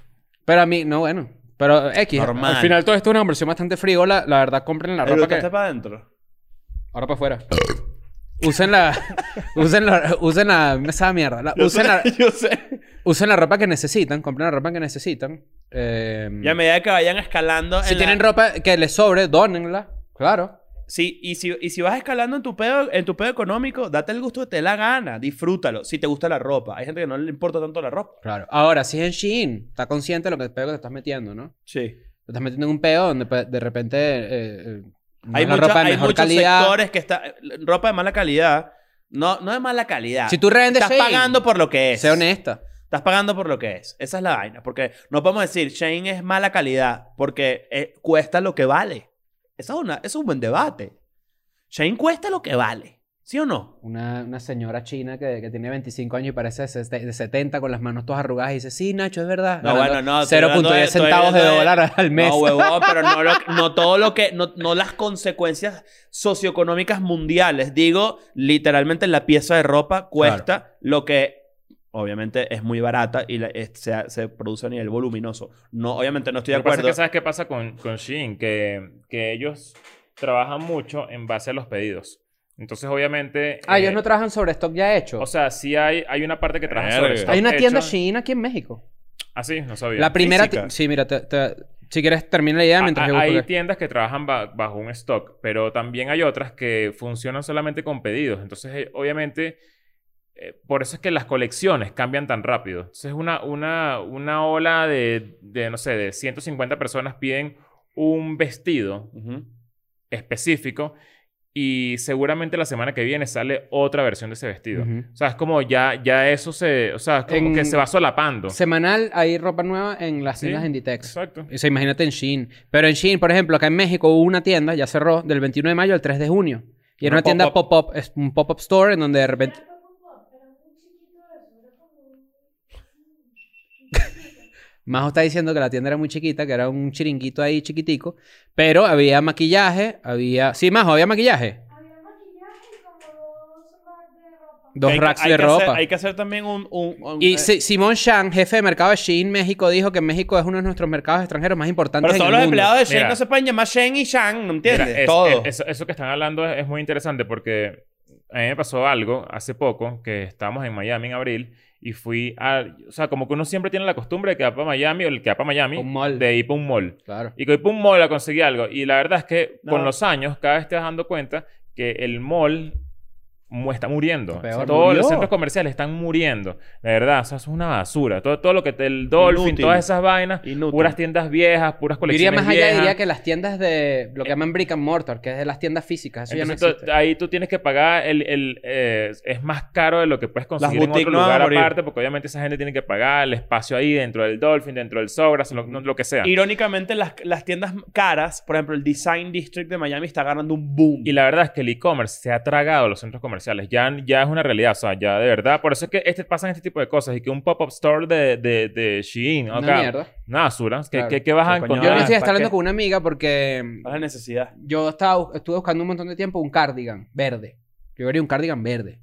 Pero a mí... No, bueno. Pero X.
Normal.
Al final todo esto es una conversión bastante frívola. La verdad, compren la
¿Lo
ropa que...
botaste para adentro?
Ahora para afuera. Usen la... Usen la... Usen la... Esa mierda. La- usen, la,
Yo sé.
usen la ropa que necesitan. Compren la ropa que necesitan. Eh,
Y a medida que vayan escalando.
si
en la-
tienen ropa que les sobre, dónenla. Claro.
Sí, y si, y si vas escalando en tu, pedo, en tu pedo económico, date el gusto que te dé la gana. Disfrútalo. Si te gusta la ropa. Hay gente que no le importa tanto la ropa.
Claro. Ahora, si es en Shein, está consciente de lo que peo que te estás metiendo, ¿no?
Sí.
Te estás metiendo en un peo donde pe- de repente eh, eh, no
Hay,
es la
mucha-
ropa de
hay
mejor
muchos
calidad.
sectores que está... Ropa de mala calidad. No, no de mala calidad.
Si tú revendes
Estás
Shein,
pagando por lo que es.
sé honesta.
Estás pagando por lo que es. Esa es la vaina. Porque no podemos decir Shane es mala calidad porque eh, cuesta lo que vale. Esa es una, eso es un buen debate. Shane cuesta lo que vale. ¿Sí o no?
Una, una señora china que, que tiene 25 años y parece de ses- de 70 con las manos todas arrugadas y dice, sí, Nacho, es verdad.
No,
Ganando
bueno, no, estoy hablando de-
0.10
estoy
centavos de
hablando de-
dólar al mes.
No, huevón, pero no, lo- no todo lo que. No, no las consecuencias socioeconómicas mundiales. Digo, literalmente la pieza de ropa cuesta lo que. Obviamente es muy barata y la- es- se, se produce a nivel voluminoso. No, obviamente no estoy de
Lo que pasa
acuerdo.
es que sabes qué pasa con, con Shein, que, que ellos trabajan mucho en base a los pedidos. Entonces, obviamente.
Ah,
eh,
ellos no trabajan sobre stock ya hecho.
O sea, sí hay, hay una parte que trabaja
Verga.
sobre stock
Hay una tienda
hecho.
Shein aquí en México.
Ah, sí, no sabía.
La primera...
Física.
ti- Sí, mira, te- te- si quieres termina la idea
Ah,
mientras
ah,
yo busco
hay
qué.
tiendas que trabajan ba- bajo un stock, pero también hay otras que funcionan solamente con pedidos. Entonces, eh, obviamente, eh, por eso es que las colecciones cambian tan rápido. Entonces, una, una, una ola de, de, no sé, de 150 personas piden un vestido
Ujú.
específico y seguramente la semana que viene sale otra versión de ese vestido.
Ujú.
O sea, es como ya, ya eso se... O sea, es como
En-
que se va solapando.
Semanal hay ropa nueva en las
Sí,
tiendas Inditex.
Exacto.
O sea, imagínate en Shein. Pero en Shein, por ejemplo, acá en México hubo una tienda, ya cerró, del 21 de mayo al 3 de junio. Y era
Una
una tienda
pop-up.
pop-up, es un pop-up store en donde de repente... Majo está diciendo que la tienda era muy chiquita, que era un chiringuito ahí chiquitico, pero había maquillaje, había... Sí, Majo, había maquillaje. Dos
Hay que-
racks
hay
de
que hacer-
ropa.
hay que hacer también un. un- un-
Y
eh,
Si- Simón Shang, jefe de mercado de Shein México, dijo que México es uno de nuestros mercados extranjeros más importantes
Pero
en
todos
el
los
mundo.
empleados de Shane
Mira.
no se pueden llamar Shane y Shang, ¿no
Mira,
entiendes?
es-
Todo.
es- eso, eso que están hablando es, es muy interesante porque a mí me pasó algo hace poco que estábamos en Miami en abril y fui a... O sea, como que uno siempre tiene la costumbre de que va para Miami o el que va para Miami
Un mall.
de ir para un mall.
Claro.
Y que voy para un mall a conseguir algo. Y la verdad es que con
No.
los años cada vez te vas dando cuenta que el mall mu- está muriendo.
Peor,
O sea, todos
murió.
los centros comerciales están muriendo. De verdad, o sea, eso es una basura. Todo, todo lo que te, el Dolphin,
Inútil.
todas esas vainas,
Inútil.
puras tiendas viejas, puras
Yo Diría
colecciones
más allá,
viejas.
diría que las tiendas de lo que llaman brick and mortar, que es de las tiendas físicas, eso
Entonces,
ya no
tú-
existe.
ahí tú tienes que pagar el, el, eh, es más caro de lo que puedes conseguir en
boutiques
otro
no van a
lugar
morir.
aparte porque obviamente esa gente tiene que pagar el espacio ahí dentro del Dolphin, dentro del Sogras, lo, no, lo que sea. Y,
Irónicamente, las, las tiendas caras, por ejemplo, el Design District de Miami está ganando un boom.
la verdad es que el e-commerce se ha tragado los centros comerciales, ya, ya es una realidad, o sea, ya de verdad, por eso es que este, pasan este tipo de cosas y que un pop-up store de, de, de Shein,
Una
acá,
mierda.
nada, basura, ¿qué,
Claro.
qué, qué vas a
Qué coño
encontrar?
Yo en estos días
¿para
estaba hablando
qué?
con una amiga porque
¿Cuál es la necesidad?
yo estaba, bu- estuve buscando un montón de tiempo un cardigan verde. Yo quería un cardigan verde.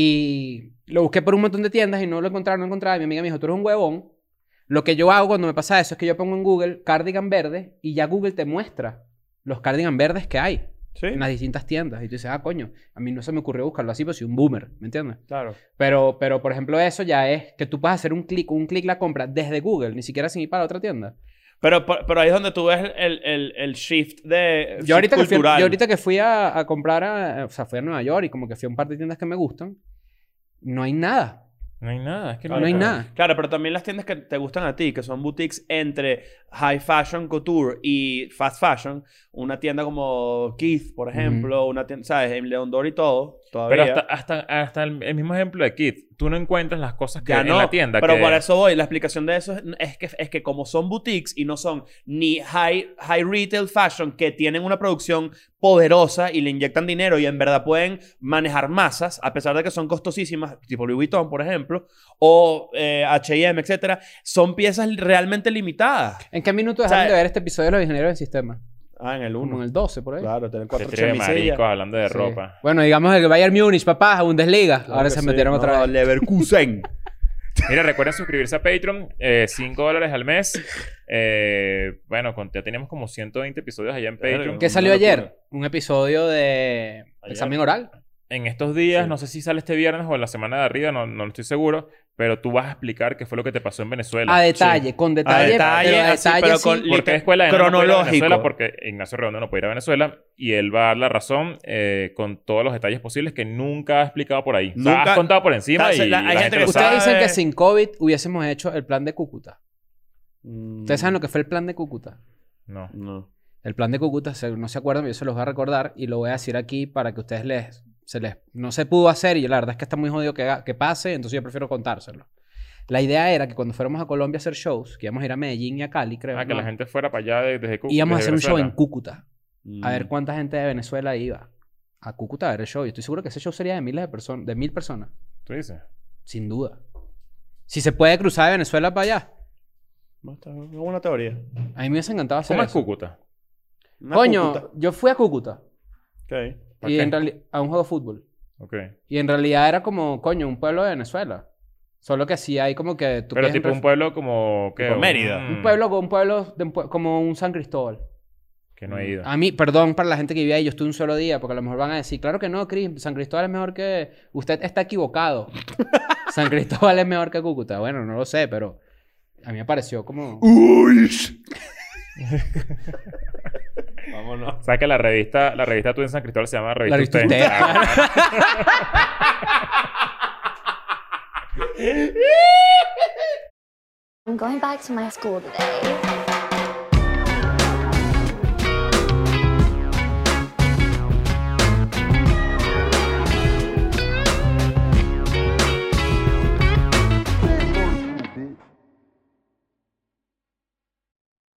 Y lo busqué por un montón de tiendas y no lo encontraba, no lo encontraba. Y mi amiga me dijo, tú eres un huevón. Lo que yo hago cuando me pasa eso es que yo pongo en Google cardigan verde y ya Google te muestra los cardigan verdes que hay
Sí,
en las distintas tiendas. Y tú dices, ah, coño, a mí no se me ocurrió buscarlo así, pues soy un boomer, ¿me entiendes?
claro.
Pero, pero, por ejemplo, eso ya es que tú puedes hacer un clic, un clic la compra desde Google, ni siquiera sin ir para otra tienda.
Pero, por- pero ahí es donde tú ves el, el, el shift de.
Yo ahorita, que fui,
Eh, cultural.
yo ahorita que fui a, a comprar, a- o sea, fui a Nueva York y como que fui a un par de tiendas que me gustan, no hay nada.
No hay nada, es que
no hay
nada.
nada.
Claro, pero también las tiendas que te gustan a ti, que son boutiques entre high fashion couture y fast fashion, una tienda como Keith, por ejemplo, una tienda, ¿sabes? En León Dor y todo, Todavía.
Pero hasta, hasta, hasta el, el mismo ejemplo de Kit, tú no encuentras las cosas que
ya
en
no,
la tienda.
pero
que-
por eso voy. La explicación de eso es, es que, es que como son boutiques y no son ni high, high retail fashion, que tienen una producción poderosa y le inyectan dinero y en verdad pueden manejar masas, a pesar de que son costosísimas, tipo Louis Vuitton, por ejemplo, o eh, H&M, etcétera, son piezas realmente limitadas.
¿En qué minuto
sea,
dejaron de ver este episodio de los ingenieros del sistema?
Ah, en el
Como en
1.
el 12, por ahí.
Claro, tienen
Qué
cuatro
trío de
chemisillas.
maricos hablando de
Sí.
ropa.
Bueno, digamos el Bayern Múnich, papá, Bundesliga.
Claro
Ahora
que
se
sí,
metieron
no,
otra vez.
Leverkusen.
Mira, recuerden suscribirse a Patreon, eh, 5 dólares al mes. Eh, bueno, con- ya tenemos como 120 episodios allá en
Verga.
Patreon.
¿Qué
Una
salió
locura.
ayer? Un episodio de
Ayer.
examen oral.
En estos días,
Sí.
no sé si sale este viernes o en la semana de arriba, no, no lo estoy seguro, pero tú vas a explicar qué fue lo que te pasó en Venezuela.
A detalle, con detalle.
detalle,
pero a
así, pero
sí.
con-
¿Por qué escuela de
Cronológico.
No puede ir a Venezuela? Porque Ignacio Redondo no puede ir a Venezuela y él va a dar la razón eh, con todos los detalles posibles que nunca ha explicado por ahí. O sea,
Nunca-
has contado por encima
Está-
y
la-
la,
hay
gente
gente
lo
que-
sabe.
Ustedes dicen que
¿Sabe?
sin COVID hubiésemos hecho el plan de Cúcuta. ¿Ustedes saben
no
lo que fue el plan de Cúcuta?
No.
No.
El plan de Cúcuta, se- no se acuerdan, yo se los voy a recordar y lo voy a decir aquí para que ustedes les, se les... No se pudo hacer y la verdad es que está muy jodido que, haga- que pase, entonces yo prefiero contárselo. La idea era que cuando fuéramos a Colombia a hacer shows, que íbamos a ir a Medellín y a Cali, creo.
Ah, que
¿no?
la gente fuera para allá de- desde Cuba.
íbamos a
desde
hacer un show en
Venezuela. Mm.
Cúcuta. A ver cuánta gente de Venezuela iba a Cúcuta a ver el show. Yo estoy seguro que ese show sería de miles de personas, de mil personas,
¿Tú dices?
sin duda. Si se puede cruzar de Venezuela para allá.
No, está- Es Mm, una teoría.
A mí me hubiese encantado hacer
¿Cómo es
eso.
Cúcuta?
Una
Coño,
puputa.
yo fui a Cúcuta
Ok.
¿Para
y
qué?
en reali- a un juego de fútbol.
Ok.
Y en realidad era como, coño, un pueblo de Venezuela. Solo que sí hay como que... tú
Pero
piensas en
tipo mm. un
Venezuela-
pueblo como... ¿qué?
Tipo Mérida.
Un pueblo, con un pueblo de un pue- como un San Cristóbal.
Que no he ido.
A mí, perdón para la gente que vive ahí, yo estuve un solo día, porque a lo mejor van a decir, claro que no, Chris, San Cristóbal es mejor que... Usted está equivocado. San Cristóbal es mejor que Cúcuta. Bueno, no lo sé, pero a mí me pareció como...
Uy.
Vámonos.
¿Sabes que la revista, la revista Tú en San Cristóbal se llama Revista,
La revista
Usted?
Usted.
Ah,
I'm going back to my school today.